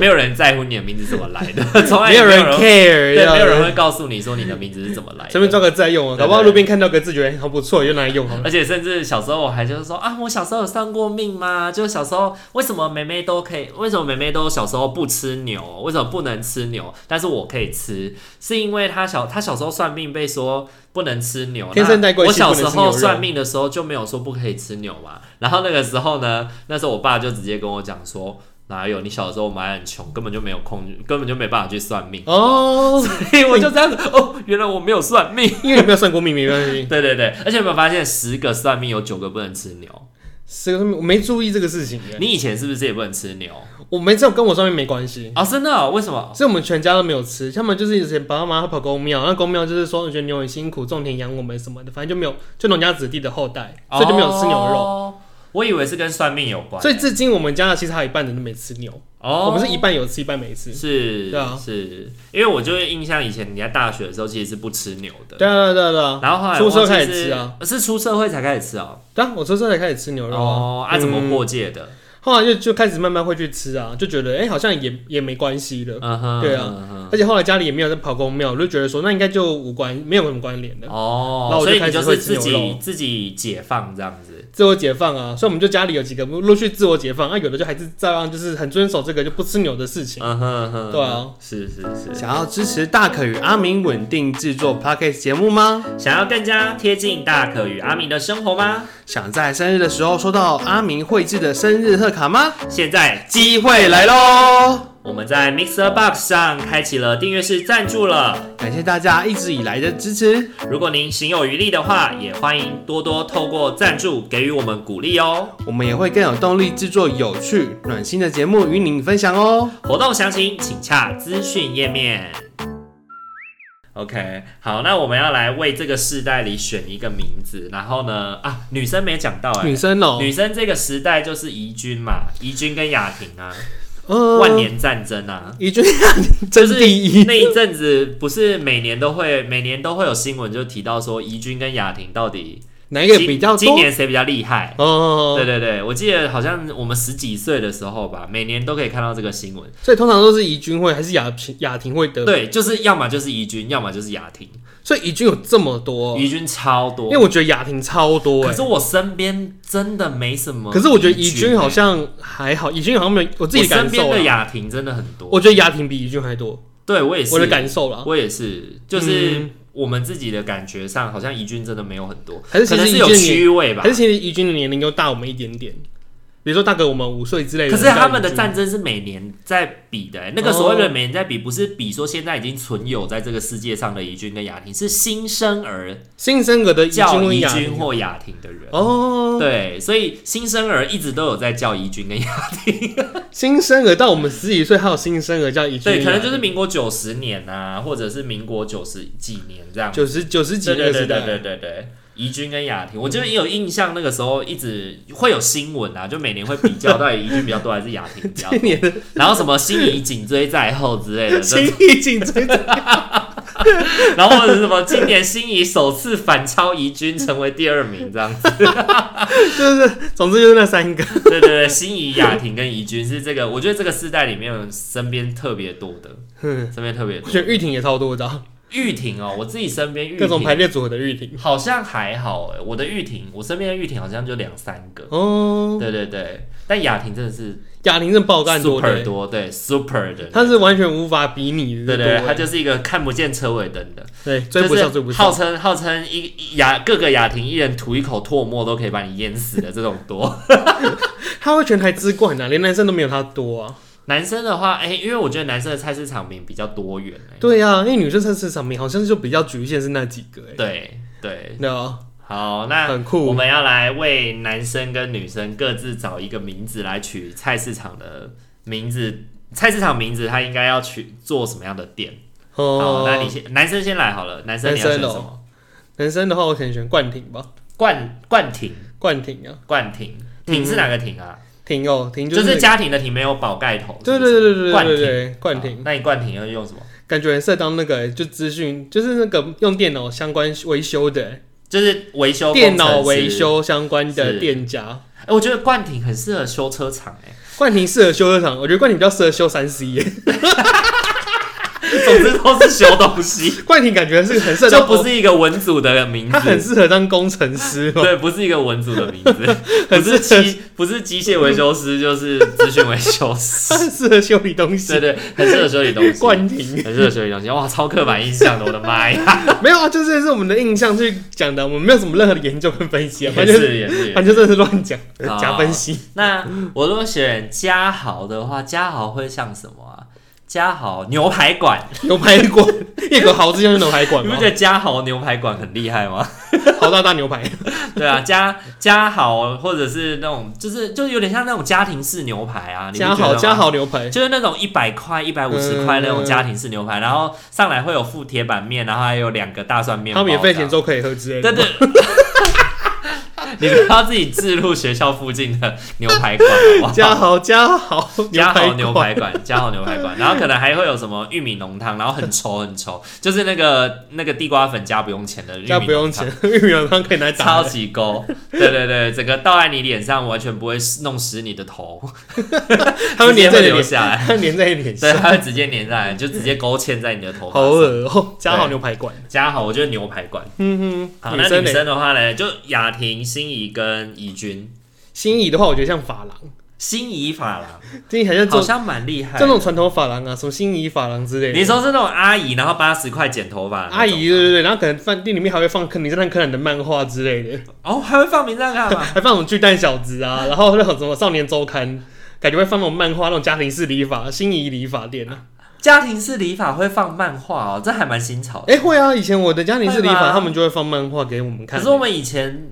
Speaker 1: 没有人在乎你的名字怎么来 的，从来
Speaker 2: 没
Speaker 1: 也
Speaker 2: 有
Speaker 1: 没
Speaker 2: 人
Speaker 1: 有人
Speaker 2: care，
Speaker 1: 对，没有
Speaker 2: 这
Speaker 1: 人
Speaker 2: 样
Speaker 1: 会告诉你说你的名字是怎么来
Speaker 2: 随
Speaker 1: 的。
Speaker 2: 便抓个字来用啊，
Speaker 1: 对
Speaker 2: 搞不好
Speaker 1: 对
Speaker 2: 路边看到个字觉得哎好不错，就拿来用好了。
Speaker 1: 而且甚至小时候我还就是说啊，我小时候有算过命吗？就是小时候为什么妹妹都可以，为什么妹妹都小时候不吃牛，为什么不能吃牛？但是我可以吃，是因为她小她小时候算命被说不能吃牛，
Speaker 2: 天生带
Speaker 1: 那
Speaker 2: 贵
Speaker 1: 我
Speaker 2: 气
Speaker 1: 小
Speaker 2: 不能
Speaker 1: 时
Speaker 2: 吃
Speaker 1: 候
Speaker 2: 牛肉
Speaker 1: 算命的时候就没有说不可以吃牛嘛。然后那个时候呢，那时候我爸就直接跟我讲说。哪有？你小时候我们还很穷，根本就没有空，根本就没办法去算命。
Speaker 2: 哦，
Speaker 1: 所以我就这样子哦，原来我没有算命。
Speaker 2: 因为你没有算过命，没关系。
Speaker 1: 对对对，而且有没有发现，十个算命有九个不能吃牛？
Speaker 2: 这个我没注意这个事情耶，
Speaker 1: 你以前是不是也不能吃牛？
Speaker 2: 我没这种跟我算命没关系。
Speaker 1: 啊、真的哦、为什么？
Speaker 2: 所以我们全家都没有吃，他们就是以前爸爸妈妈跑公庙，那公庙就是说觉得牛很辛苦，种田养我们什么的，反正就没有就农家子弟的后代，所以就没有吃牛肉。
Speaker 1: 哦我以为是跟算命有关。
Speaker 2: 所以至今我们家其实还有一半人都没吃牛，
Speaker 1: 哦，
Speaker 2: 我们是一半有吃，一半没吃。
Speaker 1: 是
Speaker 2: 对啊
Speaker 1: 是，因为我就会印象以前你在大学的时候其实是不吃牛的，
Speaker 2: 对啊，对啊，对啊，对啊，
Speaker 1: 然后后来
Speaker 2: 出社
Speaker 1: 我忘记
Speaker 2: 开
Speaker 1: 是
Speaker 2: 始吃啊，
Speaker 1: 是出社会才开始吃哦。
Speaker 2: 对啊，我出生才开始吃牛肉啊，
Speaker 1: 哦，啊，怎么过界的？
Speaker 2: 后来就就开始慢慢会去吃啊，就觉得哎、好像也也没关系了，
Speaker 1: 嗯哼，
Speaker 2: 对啊
Speaker 1: 嗯哼
Speaker 2: 而且后来家里也没有在跑公庙，我就觉得说那应该就无关，没有什么关联的。
Speaker 1: 哦
Speaker 2: 那，我
Speaker 1: 所
Speaker 2: 就
Speaker 1: 以你
Speaker 2: 开始
Speaker 1: 就
Speaker 2: 会
Speaker 1: 是
Speaker 2: 吃
Speaker 1: 自
Speaker 2: 牛肉
Speaker 1: 己自己解放这样子。
Speaker 2: 自我解放啊，所以我们就家里有几个陆续自我解放，啊，有的就还是照样就是很遵守这个就不吃牛的事情。
Speaker 1: 嗯哼嗯哼，
Speaker 2: 对啊，
Speaker 1: 是是是。
Speaker 3: 想要支持大可与阿明稳定制作 podcast 节目吗？
Speaker 1: 想要更加贴近大可与阿明的生活吗？
Speaker 3: 想在生日的时候收到阿明绘制的生日贺卡吗？
Speaker 1: 现在
Speaker 3: 机会来喽！
Speaker 1: 我们在 Mixer Box 上开启了订阅式赞助了。
Speaker 3: 感谢大家一直以来的支持，
Speaker 1: 如果您行有余力的话，也欢迎多多透过赞助给予我们鼓励哦。
Speaker 3: 我们也会更有动力制作有趣、暖心的节目与您分享哦。
Speaker 1: 活动详情请洽资讯页面。OK，好，那我们要来为这个世代里选一个名字，然后呢，啊，女生没讲到哎、
Speaker 2: 女生哦、
Speaker 1: 女生这个时代就是怡君嘛，怡君跟雅婷啊，
Speaker 2: 嗯，
Speaker 1: 万年战争啊，
Speaker 3: 一句真
Speaker 1: 就是
Speaker 3: 第一，
Speaker 1: 那一阵子不是每年都会，每年都会有新闻就提到说怡君跟雅婷到底
Speaker 2: 哪一
Speaker 1: 今
Speaker 2: 个比较多？
Speaker 1: 今年谁比较厉害？
Speaker 2: 哦，
Speaker 1: 对对对，我记得好像我们十几岁的时候吧，每年都可以看到这个新闻。
Speaker 2: 所以通常都是怡君会还是雅婷雅婷会得，
Speaker 1: 对，就是要么就是怡君，要么就是雅婷，
Speaker 2: 所以怡君有这么多，
Speaker 1: 怡君超
Speaker 2: 哦因
Speaker 1: 多
Speaker 2: 为。我觉得雅婷超多
Speaker 1: 可
Speaker 2: 哎、
Speaker 1: 是我身边真的没什么。
Speaker 2: 可是我觉得怡
Speaker 1: 君
Speaker 2: 君好像还好，怡君好像没有我
Speaker 1: 我
Speaker 2: 自己的
Speaker 1: 身
Speaker 2: 感
Speaker 1: 边
Speaker 2: 受
Speaker 1: 的
Speaker 2: 啦，
Speaker 1: 雅婷真的很多。
Speaker 2: 我觉得雅婷比怡君还多，
Speaker 1: 对我也是，
Speaker 2: 我的感受啦。
Speaker 1: 我也是，就是
Speaker 2: 嗯
Speaker 1: 我们自己的感觉上，好像怡君真的没有很多，
Speaker 2: 还是其
Speaker 1: 可能是
Speaker 2: 实怡君
Speaker 1: 有
Speaker 2: 的
Speaker 1: 区位吧
Speaker 2: 还。是其实怡君的年龄又大我们一点点，比如说大概我们五岁之类的。
Speaker 1: 可是他们的
Speaker 2: 叫怡君
Speaker 1: 战争是每年在比的、欸那个所谓的每年在比，不是比说现在已经存有在这个世界上的怡君跟雅婷，是新生儿
Speaker 2: 新生儿的怡君
Speaker 1: 叫
Speaker 2: 跟
Speaker 1: 怡
Speaker 2: 雅
Speaker 1: 君
Speaker 2: 婷
Speaker 1: 或雅婷的人。
Speaker 2: 哦，
Speaker 1: 对，所以新生儿一直都有在叫怡君跟雅
Speaker 2: 新生儿到我们十几岁还有新生儿叫怡君，
Speaker 1: 对，可能就是民国九十年啊，或者是民国九十几年这样子
Speaker 2: 九十九十几
Speaker 1: 对对
Speaker 2: 那个
Speaker 1: 对
Speaker 2: 时
Speaker 1: 对
Speaker 2: 代
Speaker 1: 对。对对，怡君跟雅婷，我就有印象，那个时候一直会有新闻啊，就每年会比较到底怡君比较多还是雅婷比较多，
Speaker 2: 今年的
Speaker 1: 然后什么心仪紧追在后之类的，
Speaker 2: 新
Speaker 1: 这
Speaker 2: 一竞争
Speaker 1: 然后或者是什么今年心仪首次反超怡君成为第二名这样子，
Speaker 2: 就是，总之就是那三个。
Speaker 1: 对对对，心仪、雅婷跟怡君是这个，我觉得这个世代里面身边特别多的，
Speaker 2: 嗯，
Speaker 1: 身边特别
Speaker 2: 我
Speaker 1: 多
Speaker 2: 觉得玉婷也超多的啊，
Speaker 1: 玉婷哦，我自己身边玉
Speaker 2: 各种排
Speaker 1: 婷。
Speaker 2: 列组合的玉婷。
Speaker 1: 好像还好哎、我的玉婷，我身边的玉婷好像就两三个，
Speaker 2: 哦，
Speaker 1: 对对对，但雅婷真的是
Speaker 2: 雅婷是爆干多
Speaker 1: super
Speaker 2: 的，欸
Speaker 1: 多，对 super 的，
Speaker 2: 她是完全无法比拟
Speaker 1: 对
Speaker 2: 的多
Speaker 1: 对，
Speaker 2: 欸，
Speaker 1: 他就是一个看不见车尾灯的，
Speaker 2: 对追不
Speaker 1: 就是
Speaker 2: 上，追不
Speaker 1: 号
Speaker 2: 上。
Speaker 1: 称号称一一雅各个雅婷一人吐一口唾沫都可以把你淹死的这种多。
Speaker 2: 她会全台之冠啊，连男生都没有她多啊。
Speaker 1: 男生的话，哎、因为我觉得男生的菜市场名比较多元、哎
Speaker 2: 对呀、因为女生菜市场名好像就比较局限是那几个哎、
Speaker 1: 对对，
Speaker 2: 对啊，
Speaker 1: 好，那
Speaker 2: 很酷
Speaker 1: 我们要来为男生跟女生各自找一个名字来取菜市场的名字。菜市场名字，它应该要取做什么样的店？好，
Speaker 2: 哦，
Speaker 1: 那你先，男生先来好了。男生你要选
Speaker 2: 男
Speaker 1: 什
Speaker 2: 生哦
Speaker 1: 么？
Speaker 2: 男生的话，我可能选冠廷吧，
Speaker 1: 冠冠廷，
Speaker 2: 冠廷啊，
Speaker 1: 冠廷，廷是哪个廷啊？
Speaker 2: 廷哦，廷、
Speaker 1: 就是
Speaker 2: 那个
Speaker 1: 家庭的廷，没有宝盖头。
Speaker 2: 对
Speaker 1: 是不
Speaker 2: 对
Speaker 1: 是
Speaker 2: 对对对
Speaker 1: 冠
Speaker 2: 对
Speaker 1: 廷
Speaker 2: 对，冠
Speaker 1: 好
Speaker 2: 廷
Speaker 1: 那你冠廷要用什么？
Speaker 2: 感觉很适合当那个欸、就资讯，就是那个用电脑相关维修的欸、
Speaker 1: 就是维修
Speaker 2: 电
Speaker 1: 工
Speaker 2: 脑
Speaker 1: 程师
Speaker 2: 维。修相关
Speaker 1: 是
Speaker 2: 的店家。
Speaker 1: 哎，我觉得冠廷很适合修车厂，哎，
Speaker 2: 冠廷适合修车厂，我觉得冠廷比较适合修三 C 耶。
Speaker 1: 总之都是修东 西，
Speaker 2: 冠廷感觉是很适合
Speaker 1: 就
Speaker 2: 当
Speaker 1: 不是一个文组的名
Speaker 2: 他很
Speaker 1: 字。
Speaker 2: 适合当工程师哦。
Speaker 1: 对，不是一个文组的名字，不
Speaker 2: 很
Speaker 1: 是
Speaker 2: 适合
Speaker 1: 机不是机械维修师，就是资讯维修师
Speaker 2: 他。很适合修理东
Speaker 1: 对
Speaker 2: 西。
Speaker 1: 对，很适合修理东西，
Speaker 2: 冠廷
Speaker 1: 很适合修理东西。哇，超刻板印象的，我的妈呀！
Speaker 2: 没有啊，就是是我们的印象去讲的，我们没有什么任何的研究跟分析啊，
Speaker 1: 也
Speaker 2: 反正就是
Speaker 1: 是也是，也
Speaker 2: 反
Speaker 1: 是
Speaker 2: 正真的是乱讲
Speaker 1: 啊
Speaker 2: 假分析。
Speaker 1: 那我如果选嘉豪的话，嘉豪会像什么啊？嘉豪牛排馆，
Speaker 2: 牛排 馆，一个豪字就是牛排馆
Speaker 1: 你不
Speaker 2: 嘛
Speaker 1: 觉，得嘉豪牛排馆很厉害吗？
Speaker 2: 豪大大牛排。
Speaker 1: 对啊，嘉嘉豪或者是那种，就是就是有点像那种家庭式牛排啊，你不
Speaker 2: 加
Speaker 1: 觉得
Speaker 2: 好
Speaker 1: 吗
Speaker 2: 加，好嗯牛排，
Speaker 1: 就是那种一百块、一百五十块那种家庭式牛排，然后上来会有附铁板面，然后还有两个大蒜面包
Speaker 2: 他
Speaker 1: 这样，
Speaker 2: 免费钱粥可以喝之类
Speaker 1: 对
Speaker 2: 的。
Speaker 1: 对。 你不要自己置入学校附近的牛排馆，好不好
Speaker 2: 加好加好牛
Speaker 1: 加好
Speaker 2: 排
Speaker 1: 牛
Speaker 2: 馆，
Speaker 1: 排馆，加好牛排馆，然后可能还会有什么玉米浓汤，然 后很稠很稠，就是那个那个地瓜粉加不用钱的玉米浓
Speaker 2: 加
Speaker 1: 汤，
Speaker 2: 不用钱， 玉米浓汤可以拿来
Speaker 1: 超
Speaker 2: 打。
Speaker 1: 级勾，对对对，整个倒在你脸上完全不会弄湿你的 头，
Speaker 2: 他们
Speaker 1: 直接会
Speaker 2: 粘在你
Speaker 1: 流
Speaker 2: 脸，
Speaker 1: 下 来，
Speaker 2: 他粘在你脸
Speaker 1: 对，
Speaker 2: 上，
Speaker 1: 它会直接粘下来，就直接勾芡在你的头发
Speaker 2: 好
Speaker 1: 上。
Speaker 2: 恶哦。加好牛排馆，
Speaker 1: 加好，我觉得牛排馆。
Speaker 2: 嗯
Speaker 1: 好，
Speaker 2: 哼，
Speaker 1: 那
Speaker 2: 生
Speaker 1: 女
Speaker 2: 嘞，
Speaker 1: 生的话呢，就雅婷、心仪跟怡君，
Speaker 2: 心仪的话，我觉得像发廊，
Speaker 1: 心仪发廊
Speaker 2: 心仪好像这
Speaker 1: 好
Speaker 2: 种
Speaker 1: 像蛮厉害的，
Speaker 2: 这种传统发廊啊，什么心仪发廊之类的。
Speaker 1: 你说是那种阿姨，然后八十块剪头发的那种吗，啊
Speaker 2: 阿姨对对对，然后可能饭店里面还会放《名侦探柯南》的漫画之类 的，
Speaker 1: 哦，还会放名侦探 吗？
Speaker 2: 还放什么巨蛋小子啊，然后那种什么少年周刊，感觉会放那种漫画，那种家庭式理发、心仪理发店啊。
Speaker 1: 家庭式理发会放漫画哦，这还蛮新潮的。
Speaker 2: 哎、会啊，以前我的家庭式理
Speaker 1: 会吗
Speaker 2: 发，他们就会放漫画给我们看。
Speaker 1: 可是我们以前，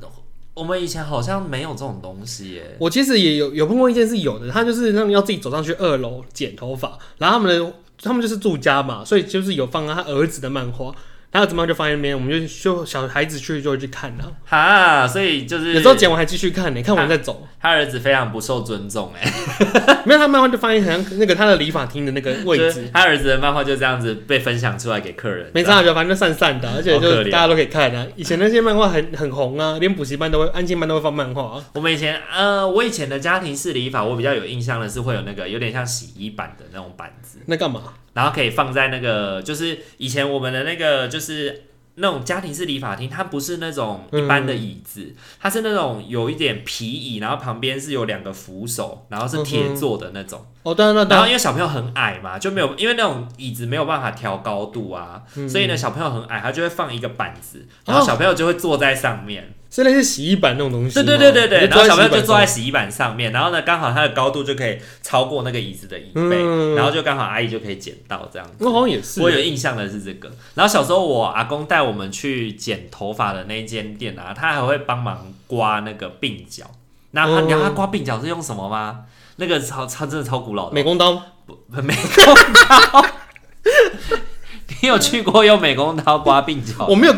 Speaker 1: 我们以前好像没有这种东西耶。
Speaker 2: 我其实也有有碰过一件是有的，他就是那种要自己走上去二楼剪头发，然后他们的他们就是住家嘛，所以就是有放他儿子的漫画，他儿子漫画就放在那边，我们就就小孩子去就会去看啊，
Speaker 1: 哈，所以就是啊
Speaker 2: 有时候剪完还继续看呢、看完再走。
Speaker 1: 他儿子非常不受尊重 哎，
Speaker 2: 没有他漫画就放在好像那个他的理发厅的那个位
Speaker 1: 就
Speaker 2: 置
Speaker 1: 是，他儿子的漫画就这样子被分享出来给客人，
Speaker 2: 没
Speaker 1: 这样。
Speaker 2: 差就反正就散散的，而且
Speaker 1: 好可
Speaker 2: 就
Speaker 1: 怜
Speaker 2: 大家都可以看啊。以前那些漫画很很红啊，连补习班都会、安静班都会放漫画、啊。
Speaker 1: 我们以前呃，我以前的家庭式理发，我比较有印象的是会有那个有点像洗衣板的那种板子，
Speaker 2: 那干嘛？
Speaker 1: 然后可以放在那个，就是以前我们的那个，就是那种家庭式理发厅，它不是那种
Speaker 2: 嗯
Speaker 1: 一般的椅子，它是那种有一点皮椅，然后旁边是有两个扶手，然后
Speaker 2: 嗯
Speaker 1: 是铁做的那种。
Speaker 2: 哦，当然那当
Speaker 1: 然
Speaker 2: 然
Speaker 1: 后因为小朋友很矮嘛，就没有因为那种椅子没有办法调高度啊，所以呢小朋友很矮，他就会放一个板子，然后小朋友就会坐在上面。
Speaker 2: 是类似洗衣板那种东西
Speaker 1: 对
Speaker 2: 吗。
Speaker 1: 对对对对，
Speaker 2: 哦你
Speaker 1: 然后小
Speaker 2: 坐在
Speaker 1: 朋友就
Speaker 2: 洗衣板
Speaker 1: 坐
Speaker 2: 上
Speaker 1: 在洗衣板上面，然后呢，刚好它的高度就可以超过那个椅子的椅背，
Speaker 2: 嗯
Speaker 1: 然后就刚好阿姨就可以捡到这样子。
Speaker 2: 我好像也是，
Speaker 1: 我有印象的是这个。然后小时候我阿公带我们去剪头发的那一间店啊，他还会帮忙刮那个鬓角。那他、
Speaker 2: 哦
Speaker 1: 你知道他刮鬓角是用什么吗？那个超超真的超古老的
Speaker 2: 美工刀
Speaker 1: 不美工刀。你有去过用美工刀刮鬓角
Speaker 2: 我？没有，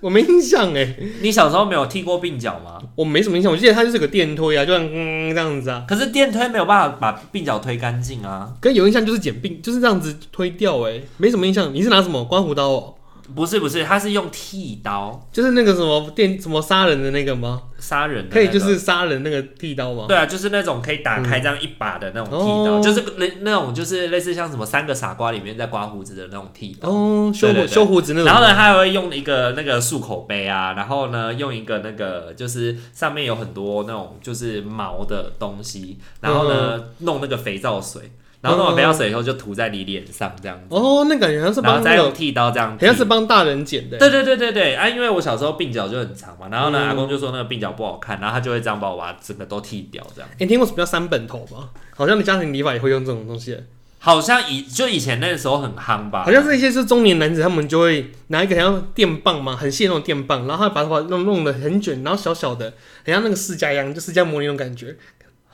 Speaker 2: 我没印象哎，
Speaker 1: 你小时候没有剃过鬓角吗？
Speaker 2: 我没什么印象。我记得它就是个电推啊，就像嗯这样子啊。
Speaker 1: 可是电推没有办法把鬓角推干净啊。
Speaker 2: 跟有印象就是剪鬓，就是这样子推掉哎，没什么印象。你是拿什么刮胡刀哦？
Speaker 1: 不是不是，他是用剃刀
Speaker 2: 就是那个什么电什么杀人的那个吗？
Speaker 1: 杀人的、
Speaker 2: 可以就是。杀人那个剃刀吗？
Speaker 1: 对啊，就是那种可以打开这样一把的那种剃刀，
Speaker 2: 哦
Speaker 1: 就是那那种就是类似像什么三个傻瓜里面在刮胡子的那种剃刀。
Speaker 2: 哦，修
Speaker 1: 对对
Speaker 2: 胡
Speaker 1: 对
Speaker 2: 修胡子那种。
Speaker 1: 然后呢，他还会用一个那个漱口杯啊，然后呢，用一个那个就是上面有很多那种就是毛的东西，然后呢、弄那个肥皂水，然后弄完肥皂水以后就涂在你脸上这样子，
Speaker 2: 哦，那感觉好像是
Speaker 1: 然后
Speaker 2: 帮那
Speaker 1: 再用
Speaker 2: 个，
Speaker 1: 剃刀这样
Speaker 2: 好
Speaker 1: 剃。
Speaker 2: 像是帮大人剪的。欸
Speaker 1: 对对对对对啊！因为我小时候鬓角就很长嘛，然后呢，
Speaker 2: 嗯
Speaker 1: 阿公就说那个鬓角不好看，然后他就会这样把我把整个都剃掉，这样。
Speaker 2: 欸你听过什么叫三本头吗？好像你家庭理发也会用这种东西，欸
Speaker 1: 好像以就以前那时候很夯吧，
Speaker 2: 好像是一些是中年男子，他们就会拿一个像电棒嘛，很细的那种电棒，然后他把头发弄弄得很卷，然后小小的，很像那个释迦一样，就释迦摩尼那种感觉。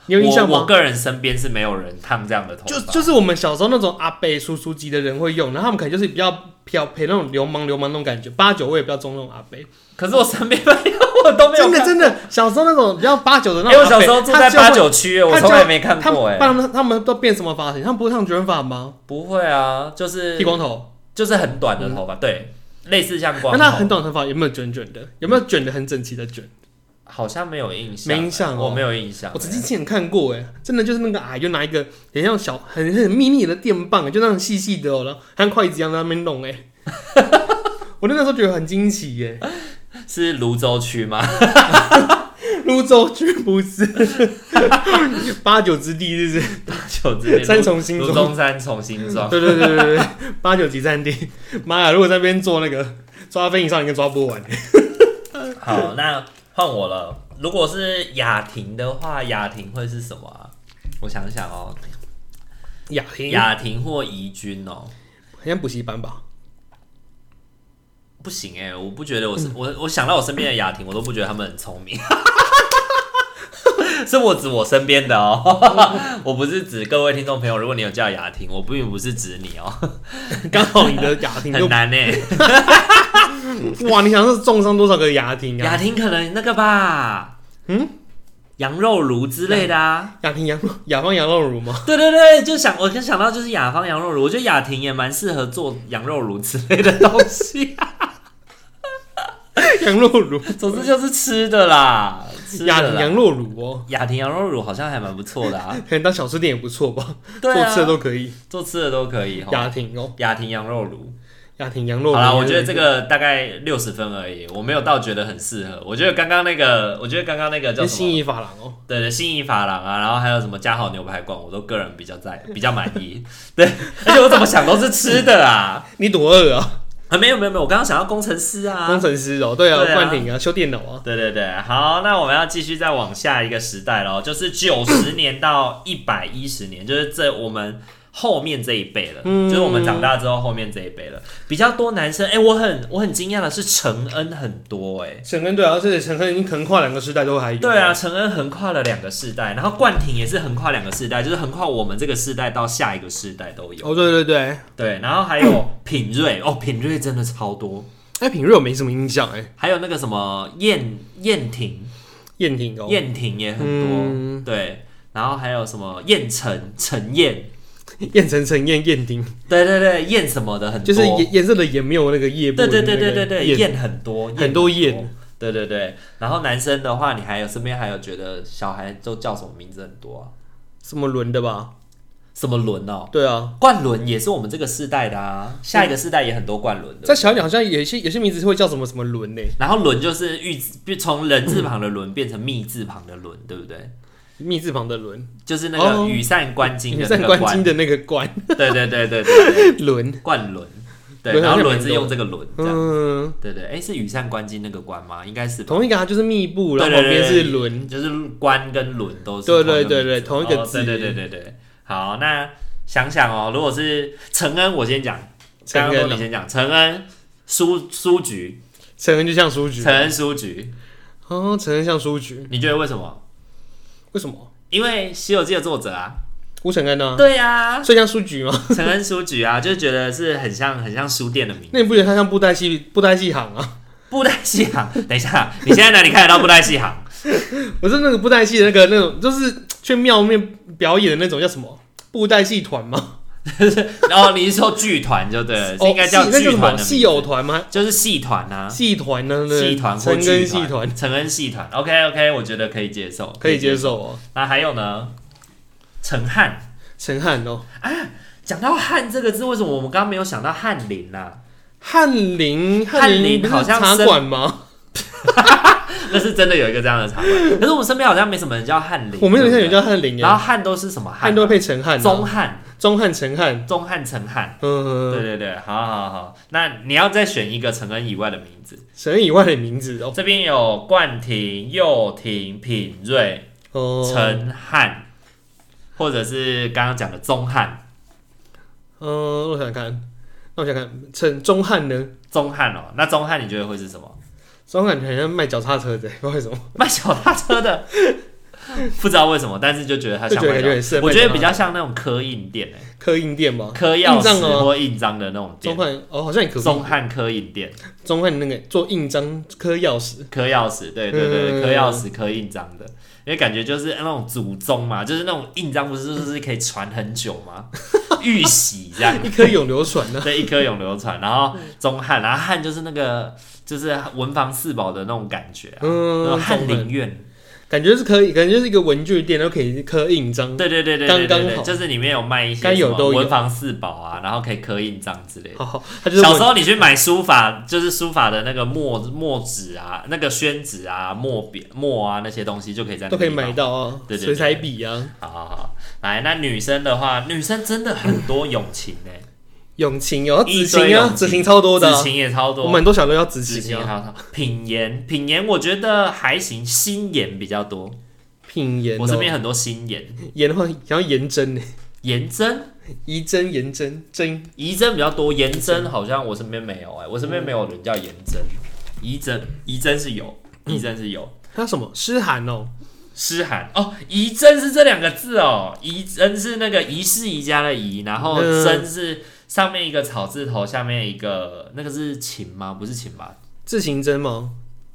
Speaker 2: 你有印象
Speaker 1: 我我
Speaker 2: 吗？
Speaker 1: 个人身边是没有人烫这样的头发，
Speaker 2: 就就是我们小时候那种阿伯叔叔级的人会用，然后他们可能就是比较漂陪那种流氓流氓那种感觉，八九我也比较中那种阿伯。
Speaker 1: 可是我身边朋友我都没有
Speaker 2: 真的
Speaker 1: 看。
Speaker 2: 真的，小时候那种比较八九的
Speaker 1: 因
Speaker 2: 那
Speaker 1: 为
Speaker 2: 种
Speaker 1: 我
Speaker 2: 阿
Speaker 1: 小
Speaker 2: 伯，
Speaker 1: 时候住在
Speaker 2: 他就会
Speaker 1: 八九区，我
Speaker 2: 他就
Speaker 1: 从来没看
Speaker 2: 他
Speaker 1: 过
Speaker 2: 们
Speaker 1: 哎，
Speaker 2: 他们他们都变什么发型？他们不是烫卷发吗？
Speaker 1: 不会啊，就是
Speaker 2: 剃光头。
Speaker 1: 就是很短的头发，对，类似像光
Speaker 2: 那他很
Speaker 1: 头，
Speaker 2: 短头发有没有卷卷的？有没有卷的很整齐的卷？
Speaker 1: 好像没有印象，
Speaker 2: 没印象
Speaker 1: 我
Speaker 2: 哦
Speaker 1: 没有印象，
Speaker 2: 我曾经亲眼看过，哎，真的就是那个啊，就拿一个很像小很很密密的电棒，欸就那种细细的哦，然后像筷子一样在那边弄，哎， 我那时候觉得很惊奇欸耶。
Speaker 1: 是泸州区吗？
Speaker 2: 泸州居不是 八九之地，是不
Speaker 1: 就这
Speaker 2: 是？三重新
Speaker 1: 泸
Speaker 2: 庄。
Speaker 1: 中山重新庄。
Speaker 2: 对对对对对对， 八九级战地，妈呀！如果在那边做那个抓分以上，应该抓不完。欸嗯
Speaker 1: 好，那换我了。如果是雅婷的话，雅婷会是什么啊？我想想哦，
Speaker 2: 雅婷，
Speaker 1: 雅婷或怡君哦，
Speaker 2: 好像补习班吧？
Speaker 1: 不行哎、我不觉得我是、我我想到我身边的雅婷，我都不觉得他们很聪明， 是我指我身边的哦， 我不是指各位听众朋友，如果你有叫雅婷，我并不是指你哦，
Speaker 2: 刚好你的雅婷 就
Speaker 1: 很难哎、
Speaker 2: 哇，你想是重伤多少个牙婷
Speaker 1: 雅
Speaker 2: 啊？
Speaker 1: 婷可能那个吧，
Speaker 2: 嗯，
Speaker 1: 羊肉炉之类的啊。
Speaker 2: 雅婷羊肉，雅芳羊肉乳吗？
Speaker 1: 对对对，就想我就想到就是雅芳羊肉炉，我觉得雅婷也蛮适合做羊肉炉之类的东西、
Speaker 2: 羊肉 乳，
Speaker 1: 总之就是吃的啦，吃
Speaker 2: 雅
Speaker 1: 的
Speaker 2: 婷
Speaker 1: 啦。
Speaker 2: 羊肉乳哦，
Speaker 1: 雅婷羊肉炉好像还蛮不错的 啊，
Speaker 2: 可能当小吃店也不错吧，
Speaker 1: 对啊，
Speaker 2: 做吃的都可以。
Speaker 1: 做吃的都可以哈。
Speaker 2: 雅婷哦，
Speaker 1: 雅婷羊肉炉，
Speaker 2: 家庭羊肉
Speaker 1: 好
Speaker 2: 炉。
Speaker 1: 啦，我觉得这个大概六十分而已，我没有到觉得很适合。我觉得刚刚那个，我觉得刚刚那个叫
Speaker 2: 是
Speaker 1: 什
Speaker 2: 心
Speaker 1: 么？
Speaker 2: 仪发廊哦，
Speaker 1: 对对，信义发廊啊，然后还有什么嘉好牛排馆，我都个人比较在比较满意。 对，而且我怎么想都是吃的啊！
Speaker 2: 你多饿啊，
Speaker 1: 啊，没有没有没有，我刚刚想到工程师啊，
Speaker 2: 工程师哦，对啊，
Speaker 1: 对啊
Speaker 2: 冠廷啊，修电脑啊，
Speaker 1: 对对对，好，那我们要继续再往下一个时代喽，就是九十年到一百一十年，就是这我们后面这一辈了，就是我们长大之后后面这一辈了，比较多男生。哎、我很我很惊讶的是承恩很多哎、
Speaker 2: 陈恩对啊，而且陈恩你可能跨两个时代都还有。
Speaker 1: 对啊，承恩横跨了两个世代，然后冠廷也是横跨两个世代，就是横跨我们这个世代到下一个世代都有。
Speaker 2: 哦，对对对，
Speaker 1: 对，然后还有品瑞哦，品瑞真的超多，
Speaker 2: 哎，品瑞我没什么印象哎，
Speaker 1: 还有那个什么燕燕婷，
Speaker 2: 燕婷哦，
Speaker 1: 燕婷也很多，
Speaker 2: 嗯
Speaker 1: 对，然后还有什么燕城、陈燕，
Speaker 2: 燕城陈燕燕婷，
Speaker 1: 对对对，燕什么的很多，
Speaker 2: 就是颜颜色的颜没有那个叶部
Speaker 1: 对
Speaker 2: 的那
Speaker 1: 哦对
Speaker 2: 个
Speaker 1: 对
Speaker 2: 燕，
Speaker 1: 对对对，燕很多，
Speaker 2: 很多燕
Speaker 1: 很多，对对对。然后男生的话，你还有身边还有觉得小孩都叫什么名字很多啊？
Speaker 2: 什么轮的吧？
Speaker 1: 什么伦哦，
Speaker 2: 对啊，
Speaker 1: 冠伦也是我们这个世代的啊，下一个世代也很多冠伦
Speaker 2: 再
Speaker 1: 的。
Speaker 2: 小一点好像有些有些名字会叫什么什么轮呢？
Speaker 1: 然后伦就是玉字，从人字旁的伦变成密字旁的伦，对不对？
Speaker 2: 密字旁的轮，
Speaker 1: 就是那个
Speaker 2: 哦
Speaker 1: 羽扇纶巾
Speaker 2: 羽
Speaker 1: 的那
Speaker 2: 扇
Speaker 1: 个
Speaker 2: 纶
Speaker 1: 冠
Speaker 2: 巾，的那个冠
Speaker 1: 对对对对对对。
Speaker 2: 轮，
Speaker 1: 冠轮，对，
Speaker 2: 对
Speaker 1: 然
Speaker 2: 好
Speaker 1: 后
Speaker 2: 像
Speaker 1: 轮
Speaker 2: 没
Speaker 1: 是
Speaker 2: 有
Speaker 1: 用这个轮，这样，
Speaker 2: 嗯，
Speaker 1: 对对，哎，是羽扇纶巾那个冠吗？应该是吧，
Speaker 2: 同一个它啊就是密布，然
Speaker 1: 对
Speaker 2: 后
Speaker 1: 对对
Speaker 2: 旁边
Speaker 1: 对
Speaker 2: 是轮，
Speaker 1: 就是冠跟轮都是
Speaker 2: 对
Speaker 1: 同一个
Speaker 2: 对对
Speaker 1: 名字
Speaker 2: 对同一个
Speaker 1: 哦
Speaker 2: 字
Speaker 1: 对对对对对。好，那想想哦，如果是承恩，我先讲，
Speaker 2: 承
Speaker 1: 刚
Speaker 2: 恩
Speaker 1: 刚都你
Speaker 2: 哦
Speaker 1: 先讲，承恩书书局，
Speaker 2: 陈恩就像书局
Speaker 1: 承，恩书局，
Speaker 2: 哦，陈恩像书局，
Speaker 1: 你觉得为什么？
Speaker 2: 为什么？
Speaker 1: 因为《西游记》的作者啊，
Speaker 2: 吴承恩呢？
Speaker 1: 对啊，
Speaker 2: 所以像书局吗？
Speaker 1: 承恩书局啊，就觉得是很像很像书店的名字。
Speaker 2: 那你不觉得它像布袋戏布袋戏行啊？
Speaker 1: 布袋戏行，等一下，你现在哪里看得到布袋戏行？
Speaker 2: 我是那个布袋戏的那个那种，就是去庙面表演的那种叫什么布袋戏团吗？
Speaker 1: 然后你是说剧团就对 了，是
Speaker 2: 哦，
Speaker 1: 应该叫
Speaker 2: 戏那叫
Speaker 1: 剧
Speaker 2: 什
Speaker 1: 团
Speaker 2: 么
Speaker 1: 的
Speaker 2: 戏
Speaker 1: 戏
Speaker 2: 偶团吗？
Speaker 1: 就是戏团啊，
Speaker 2: 戏团呢？对
Speaker 1: 戏团或
Speaker 2: 陈
Speaker 1: 剧
Speaker 2: 跟戏团
Speaker 1: 承恩戏团，OK OK，我觉得可以接受，
Speaker 2: 可以接。受哦。
Speaker 1: 那还有呢？陈汉，
Speaker 2: 陈汉哦，
Speaker 1: 讲到汉这个字，为什么我们刚刚没有想到翰林啊呐？
Speaker 2: 翰林
Speaker 1: 翰林
Speaker 2: 林不是
Speaker 1: 好像
Speaker 2: 茶
Speaker 1: 生
Speaker 2: 馆吗？
Speaker 1: 那是真的有一个这样的茶馆，可是我们身边好像没什么人叫翰林，
Speaker 2: 我们有印象有
Speaker 1: 对不
Speaker 2: 叫翰林
Speaker 1: 对
Speaker 2: 耶，
Speaker 1: 然后汉都是什么
Speaker 2: 汉
Speaker 1: 汉？
Speaker 2: 都会配陈汉啊，
Speaker 1: 钟汉，
Speaker 2: 钟汉陈汉，
Speaker 1: 钟汉陈汉。对
Speaker 2: 嗯，
Speaker 1: 对对，好好好，那你要再选一个承恩以外的名字，
Speaker 2: 神以外的名字哦，
Speaker 1: 这边有冠廷、佑廷、品瑞，
Speaker 2: 哦，
Speaker 1: 陈汉，或者是刚刚讲的钟汉，
Speaker 2: 嗯，我想想看，那我想想看陈钟汉呢？
Speaker 1: 钟汉哦，那钟汉你觉得会是什么？
Speaker 2: 钟汉好像卖脚踏车的， 不知道为什么，
Speaker 1: 卖小踏车的， 不知道为什么，但是就觉得他
Speaker 2: 就
Speaker 1: 像
Speaker 2: 觉得
Speaker 1: 卖
Speaker 2: 感觉也
Speaker 1: 小，
Speaker 2: 是，
Speaker 1: 我觉得比较像那种刻印店诶、
Speaker 2: 刻印店吗？
Speaker 1: 刻钥
Speaker 2: 印章
Speaker 1: 匙
Speaker 2: 哦
Speaker 1: 或印章的那种
Speaker 2: 钟
Speaker 1: 店。
Speaker 2: 汉哦，好像也可以。
Speaker 1: 钟汉刻印店，
Speaker 2: 钟汉那个做印章刻钥匙，
Speaker 1: 刻钥匙，对对对，
Speaker 2: 嗯
Speaker 1: 刻钥匙、刻印章的，因为感觉就是那种祖宗嘛，就是那种印章，不是就是可以传很久 吗？玉玺这样，
Speaker 2: 一颗永流传 呢、
Speaker 1: 对，一颗永流传，然后钟汉，然后汉就是那个就是文房四宝的那种感觉、啊，那
Speaker 2: 嗯，
Speaker 1: 种翰
Speaker 2: 钟
Speaker 1: 林院，
Speaker 2: 感觉是可以，感觉就是一个文具店，然后可以刻印章。
Speaker 1: 对对对对对
Speaker 2: 刚刚
Speaker 1: 对对，
Speaker 2: 好
Speaker 1: 就是里面有卖一些
Speaker 2: 该有
Speaker 1: 什么
Speaker 2: 都有
Speaker 1: 文房四宝啊，然后可以刻印章之类的。
Speaker 2: 好好，他就是
Speaker 1: 小时
Speaker 2: 文
Speaker 1: 候你去买书法，就是书法的那个墨墨纸啊，那个宣纸啊、墨笔墨啊那些东西就可以在那
Speaker 2: 都可以
Speaker 1: 个地方
Speaker 2: 买。到啊，
Speaker 1: 对对对
Speaker 2: 水彩笔啊，
Speaker 1: 好好好，来，那女生的话，女生真的很多 友情呢、
Speaker 2: 永晴哦，
Speaker 1: 一
Speaker 2: 紫
Speaker 1: 堆
Speaker 2: 晴
Speaker 1: 永
Speaker 2: 啊，
Speaker 1: 情
Speaker 2: 紫晴超多的啊、
Speaker 1: 紫晴也超多，
Speaker 2: 我们很多小都要紫
Speaker 1: 紫
Speaker 2: 晴
Speaker 1: 晴
Speaker 2: 啊。
Speaker 1: 好好，品言品言，我觉得还行，心言比较多。
Speaker 2: 品言、
Speaker 1: 我身
Speaker 2: 哦，
Speaker 1: 边很多心言，
Speaker 2: 言的话想要言真呢，
Speaker 1: 言真、
Speaker 2: 仪真、言真、真
Speaker 1: 仪真比较多，言真好像我身边没有哎、我身边没有人叫言真，仪真仪真是有，仪真是有。
Speaker 2: 他什么诗涵哦，
Speaker 1: 诗涵哦，仪真是这两个字哦，仪真是那个仪式宜家的仪，然后
Speaker 2: 嗯
Speaker 1: 真是上面一个草字头，下面一个那个是秦吗？不是秦吧？
Speaker 2: 字行真吗？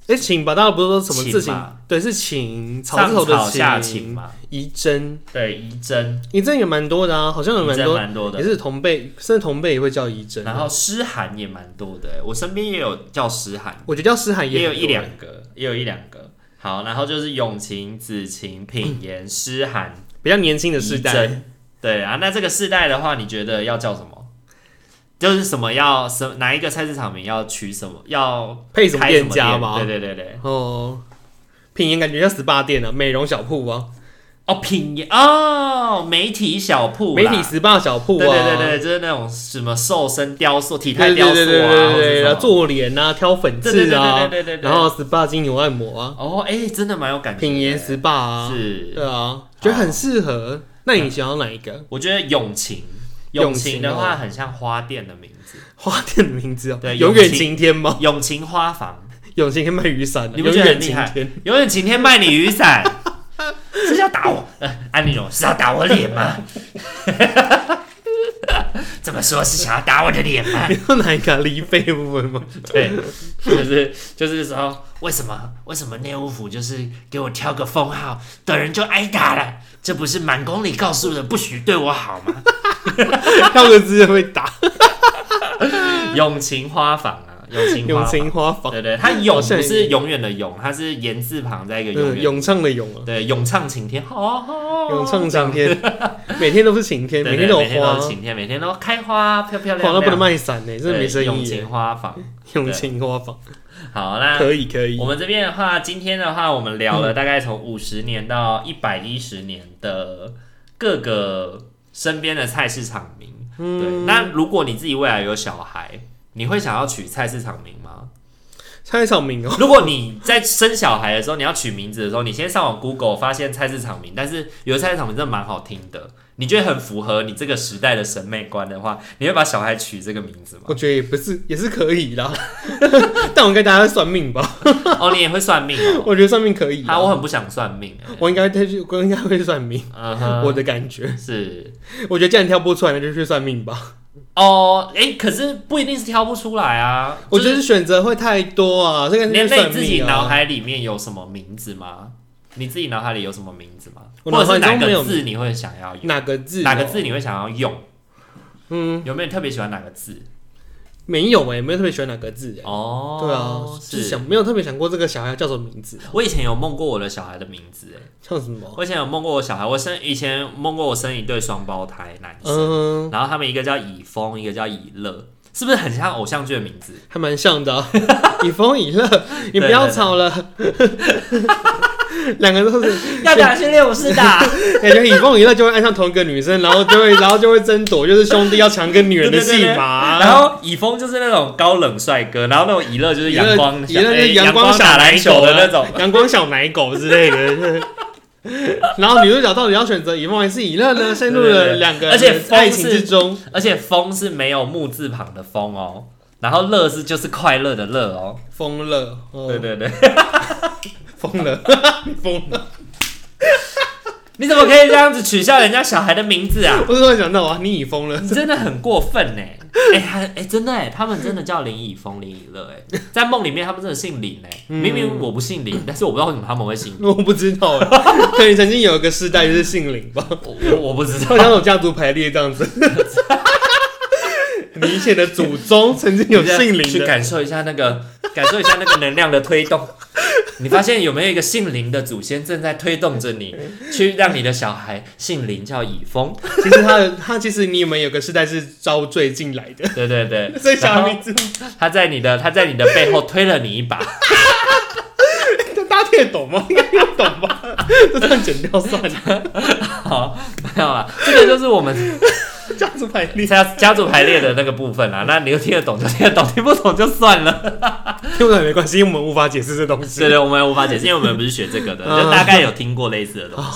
Speaker 2: 哎、请吧，大家不是说什么
Speaker 1: 请
Speaker 2: 字行
Speaker 1: 吧？
Speaker 2: 对，是请草
Speaker 1: 上
Speaker 2: 字头
Speaker 1: 草
Speaker 2: 的
Speaker 1: 下秦嘛，
Speaker 2: 仪真，
Speaker 1: 对，仪真，
Speaker 2: 仪真也蛮多的啊，好像有
Speaker 1: 仪
Speaker 2: 蛮
Speaker 1: 真
Speaker 2: 多
Speaker 1: 蛮多的
Speaker 2: 也。是同辈，甚至同辈也会叫仪真。
Speaker 1: 然后诗涵也蛮多的，欸我身边也有叫诗涵，
Speaker 2: 我觉得叫诗涵
Speaker 1: 也有
Speaker 2: 很
Speaker 1: 一
Speaker 2: 多
Speaker 1: 两个，也有一两个。好，然后就是永晴、子晴、品 言、诗涵、
Speaker 2: 比较年轻的世
Speaker 1: 仪
Speaker 2: 代，
Speaker 1: 真，对啊。那这个世代的话，你觉得要叫什么？就是什么要什哪一个菜市场名要取什么要
Speaker 2: 配什么
Speaker 1: 开什
Speaker 2: 店
Speaker 1: 么
Speaker 2: 家嘛？
Speaker 1: 对对对对，
Speaker 2: 哦，品言感觉像 SPA 店啊，美容小铺啊，
Speaker 1: 哦品也哦媒体小铺
Speaker 2: 媒
Speaker 1: 啦，
Speaker 2: 体 SPA 小铺啊，
Speaker 1: 对对对对，就是那种什么瘦身雕塑、体态
Speaker 2: 对
Speaker 1: 雕
Speaker 2: 对
Speaker 1: 塑
Speaker 2: 对对
Speaker 1: 啊，
Speaker 2: 对
Speaker 1: 或者
Speaker 2: 对，
Speaker 1: 什
Speaker 2: 然
Speaker 1: 么
Speaker 2: 后做脸啊，挑粉
Speaker 1: 对对
Speaker 2: 刺啊
Speaker 1: 对，对对对对，
Speaker 2: 然后 SPA 精油按摩啊，
Speaker 1: 哦哎、真的蛮有感觉的，欸
Speaker 2: 品言 SPA 啊，
Speaker 1: 是，
Speaker 2: 对啊，觉得很适
Speaker 1: 哦
Speaker 2: 合。那你喜欢哪 一个？
Speaker 1: 我觉得永晴。
Speaker 2: 永
Speaker 1: 永晴
Speaker 2: 晴
Speaker 1: 的话
Speaker 2: 哦
Speaker 1: 很像花店的名 字，
Speaker 2: 花店的名字啊，
Speaker 1: 对
Speaker 2: 永远
Speaker 1: 哦永庆
Speaker 2: 晴天吗？
Speaker 1: 永晴花房，
Speaker 2: 永晴天卖雨伞啊，
Speaker 1: 你不
Speaker 2: 永
Speaker 1: 觉得
Speaker 2: 远
Speaker 1: 很厉
Speaker 2: 晴
Speaker 1: 害
Speaker 2: 天。？
Speaker 1: 永远晴天卖你雨伞，是要打我？呃，安利荣是要打我脸吗？ 这么说，是想要打我的脸吗？
Speaker 2: 你要哪一个啊离飞的部分 吗？
Speaker 1: 对，就是就是说，为什么为什么内务府就是给我挑个封号的人就挨打了？这不是满宫里告诉的不许对我好 吗？
Speaker 2: 跳个字就会打。
Speaker 1: 永晴花房啊，永晴花
Speaker 2: 永
Speaker 1: 房
Speaker 2: 晴。花房，
Speaker 1: 对对，它永
Speaker 2: 哦好像
Speaker 1: 不
Speaker 2: 也
Speaker 1: 是永远的永，它是言字旁加一个永
Speaker 2: 嗯，
Speaker 1: 远。
Speaker 2: 咏唱的咏啊，
Speaker 1: 对，咏唱晴天，哦，哦
Speaker 2: 咏唱晴天，每天都是晴天，
Speaker 1: 对对
Speaker 2: 每天都
Speaker 1: 每
Speaker 2: 有
Speaker 1: 天
Speaker 2: 花
Speaker 1: 都是，晴天，每天都开花，漂漂亮
Speaker 2: 花
Speaker 1: 亮。
Speaker 2: 到不能卖伞呢，真的没
Speaker 1: 对
Speaker 2: 生
Speaker 1: 永
Speaker 2: 意
Speaker 1: 晴
Speaker 2: 耶。
Speaker 1: 花房。
Speaker 2: 永晴花房，
Speaker 1: 好，那
Speaker 2: 可以可以
Speaker 1: 我，们这边的话，今天的话，我们聊 了大概从五十年到一百一十年的各个身边的菜市场名。
Speaker 2: 嗯
Speaker 1: 对，那如果你自己未来有小孩，你会想要取菜市场名吗？
Speaker 2: 蔡小明 哦，
Speaker 1: 如果你在生小孩的时候，你要取名字的时候，你先上网 Google 发现菜市场名，但是有的菜市场名真的蛮好听的，你觉得很符合你这个时代的审美观的话，你会把小孩取这个名字吗？
Speaker 2: 我觉得也不是，也是可以啦。 但我应该大家算命吧，
Speaker 1: 哦，你也会算命哦？
Speaker 2: 我觉得算命可以啦。
Speaker 1: 啊，我很不想算命、欸。
Speaker 2: 我应该会去，我应该会算命，
Speaker 1: 嗯 哼，
Speaker 2: 我的感觉。
Speaker 1: 是
Speaker 2: 我觉得既然挑不出来，那就去算命吧。
Speaker 1: 哦，哎、可是不一定是挑不出来啊。
Speaker 2: 我觉
Speaker 1: 就
Speaker 2: 得选择会太多啊，这个
Speaker 1: 是连累
Speaker 2: 算
Speaker 1: 自己
Speaker 2: 命
Speaker 1: 脑
Speaker 2: 啊。
Speaker 1: 海里面有什么名字吗？你自己脑海里有什么名字吗？
Speaker 2: 我
Speaker 1: 或者是
Speaker 2: 脑海
Speaker 1: 哪
Speaker 2: 中没有
Speaker 1: 个字你会想要用？
Speaker 2: 哪个字？啊
Speaker 1: 哪
Speaker 2: 哦
Speaker 1: 个字？你会想要用？
Speaker 2: 嗯，
Speaker 1: 有没有特别喜欢哪个字？
Speaker 2: 没有哎，没有特别喜欢哪个字哎。
Speaker 1: 哦，
Speaker 2: 对啊，就是
Speaker 1: 是。
Speaker 2: 想没有特别想过这个小孩叫什么名字，啊
Speaker 1: 我以前有梦过我的小孩的名字，哎，
Speaker 2: 叫什么？
Speaker 1: 我以前有梦过我小孩，我生以前梦过我生一对双胞胎男生，
Speaker 2: 嗯，
Speaker 1: 然后他们一个叫以峰，一个叫以乐，是不是很像偶像剧的名 字？
Speaker 2: 还蛮像的啊、以风以乐，你不要吵了。两个都是，
Speaker 1: 要打训练武士打，
Speaker 2: 感觉以风以乐就会爱上同一个女生，然后就会，然后就会争夺，就是兄弟要抢个女人的戏 码。啊
Speaker 1: 然后以峰就是那种高冷帅哥，然后那种以乐就是
Speaker 2: 以
Speaker 1: 阳
Speaker 2: 乐
Speaker 1: 光
Speaker 2: 以
Speaker 1: 小
Speaker 2: 乐就
Speaker 1: 哎
Speaker 2: 是阳
Speaker 1: 光
Speaker 2: 小
Speaker 1: 打篮球的
Speaker 2: 啊
Speaker 1: 那种。
Speaker 2: 阳光小奶狗之类的。 然后女主角到底要选择以风还是以乐呢？陷入
Speaker 1: 对对对
Speaker 2: 了两个
Speaker 1: 而且风
Speaker 2: 爱情
Speaker 1: 是
Speaker 2: 之中。
Speaker 1: 而且峰是没有木字旁的峰哦，然后乐是就是快乐的乐哦。
Speaker 2: 疯了，哦
Speaker 1: 对，对对，
Speaker 2: 疯了，你疯了！
Speaker 1: 你怎么可以这样子取笑人家小孩的名字 啊？
Speaker 2: 我突然想到啊，你已疯了。
Speaker 1: 你真的很过分呢、哎、还哎、真的哎、他们真的叫林以峰、林以乐哎、在梦里面他们真的姓林哎、
Speaker 2: 嗯
Speaker 1: 明明我不姓林，但是我不知道为什么他们会 姓林，
Speaker 2: 我不知道哎， 可能曾经有一个世代就是姓林吧，
Speaker 1: 我我我不知道
Speaker 2: 好。像那种家族排列这样子。 你以前的祖宗 曾经有姓林
Speaker 1: 去
Speaker 2: 的，
Speaker 1: 感受一下那个，感受一下那个能量的推动。 你发现有没有一个姓林的祖先正在推动着你，去让你的小孩姓林叫以峰？
Speaker 2: 其实他的他其实你们有个世代是遭罪进来的，
Speaker 1: 对对对，
Speaker 2: 所以小
Speaker 1: 然
Speaker 2: 孩
Speaker 1: 后
Speaker 2: 名字
Speaker 1: 他在你的他在你的背后推了你一把，
Speaker 2: 大家听得懂吗？应该听得懂吧？ 就这样剪掉算了，
Speaker 1: 好，没有啦，这个就是我们
Speaker 2: 家族排列。
Speaker 1: 家家族排列的那个部分啦。那你又听得懂就听得懂，听不懂就算了。
Speaker 2: 听不懂也没关系，因为我们无法解释这东西
Speaker 1: 对。对，我们无法解释，因为我们不是学这个 的，
Speaker 2: 嗯
Speaker 1: 就大概有听过类似的东西。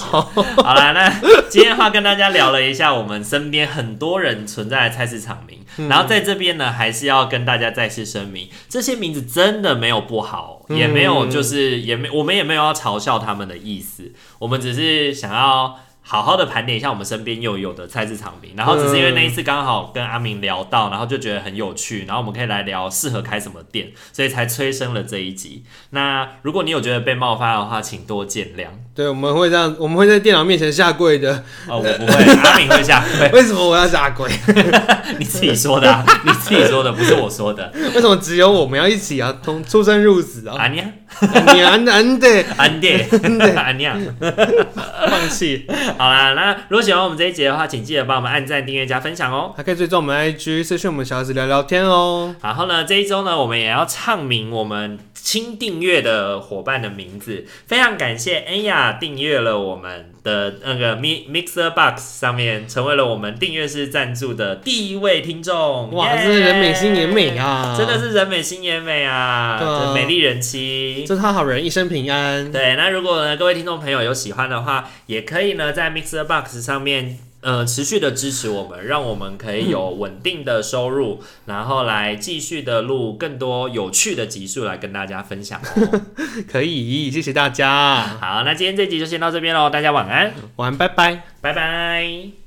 Speaker 1: 好啦，那今天的话跟大家聊了一下我们身边很多人存在的菜市场名，然后在这边呢，还是要跟大家再次声明，这些名字真的没有不好，也没有就是也没我们也没有要嘲笑他们的意思，我们只是想要。好好的盘点一下我们身边又有的菜市场名，然后只是因为那一次刚好跟阿明聊到，然后就觉得很有趣，然后我们可以来聊适合开什么店，所以才催生了这一集。那如果你有觉得被冒犯的话，请多见谅。
Speaker 2: 对，我们会这样，我们会在电脑面前下跪的。
Speaker 1: 哦，我不会，阿明会下跪，
Speaker 2: 为什么我要下跪？
Speaker 1: 你自己说的、啊，你自己说的，不是我说的。
Speaker 2: 为什么只有我们要一起啊？同出生入死啊！
Speaker 1: 阿娘，
Speaker 2: 你安安的
Speaker 1: 安爹，安娘，
Speaker 2: 放弃，
Speaker 1: 啊好啦，那如果喜欢我们这一节的话，请记得帮我们按赞、订阅、加分享哦。
Speaker 2: 还可以追踪我们 IG，私讯我们小孩子聊聊天哦。
Speaker 1: 然后呢，这一周呢，我们也要唱名我们新订阅的伙伴的名字。非常感谢恩雅订阅了我们的那个 Mi- Mixer Box 上面，成为了我们订阅式赞助的第一位听众。
Speaker 2: 哇，
Speaker 1: 耶
Speaker 2: 真是人美心也美！啊！
Speaker 1: 真的，是人美心也美啊，
Speaker 2: 对啊
Speaker 1: 这美丽人妻。
Speaker 2: 祝他好人一生平安。
Speaker 1: 对，那如果呢各位听众朋友有喜欢的话，也可以呢在 Mixer Box 上面。呃，持续的支持我们，让我们可以有稳定的收入，然后来继续的录更多有趣的集数来跟大家分享哦。
Speaker 2: 可以，谢谢大家，嗯
Speaker 1: 好，那今天这集就先到这边喽，大家晚安，
Speaker 2: 晚安，拜拜。
Speaker 1: 拜拜。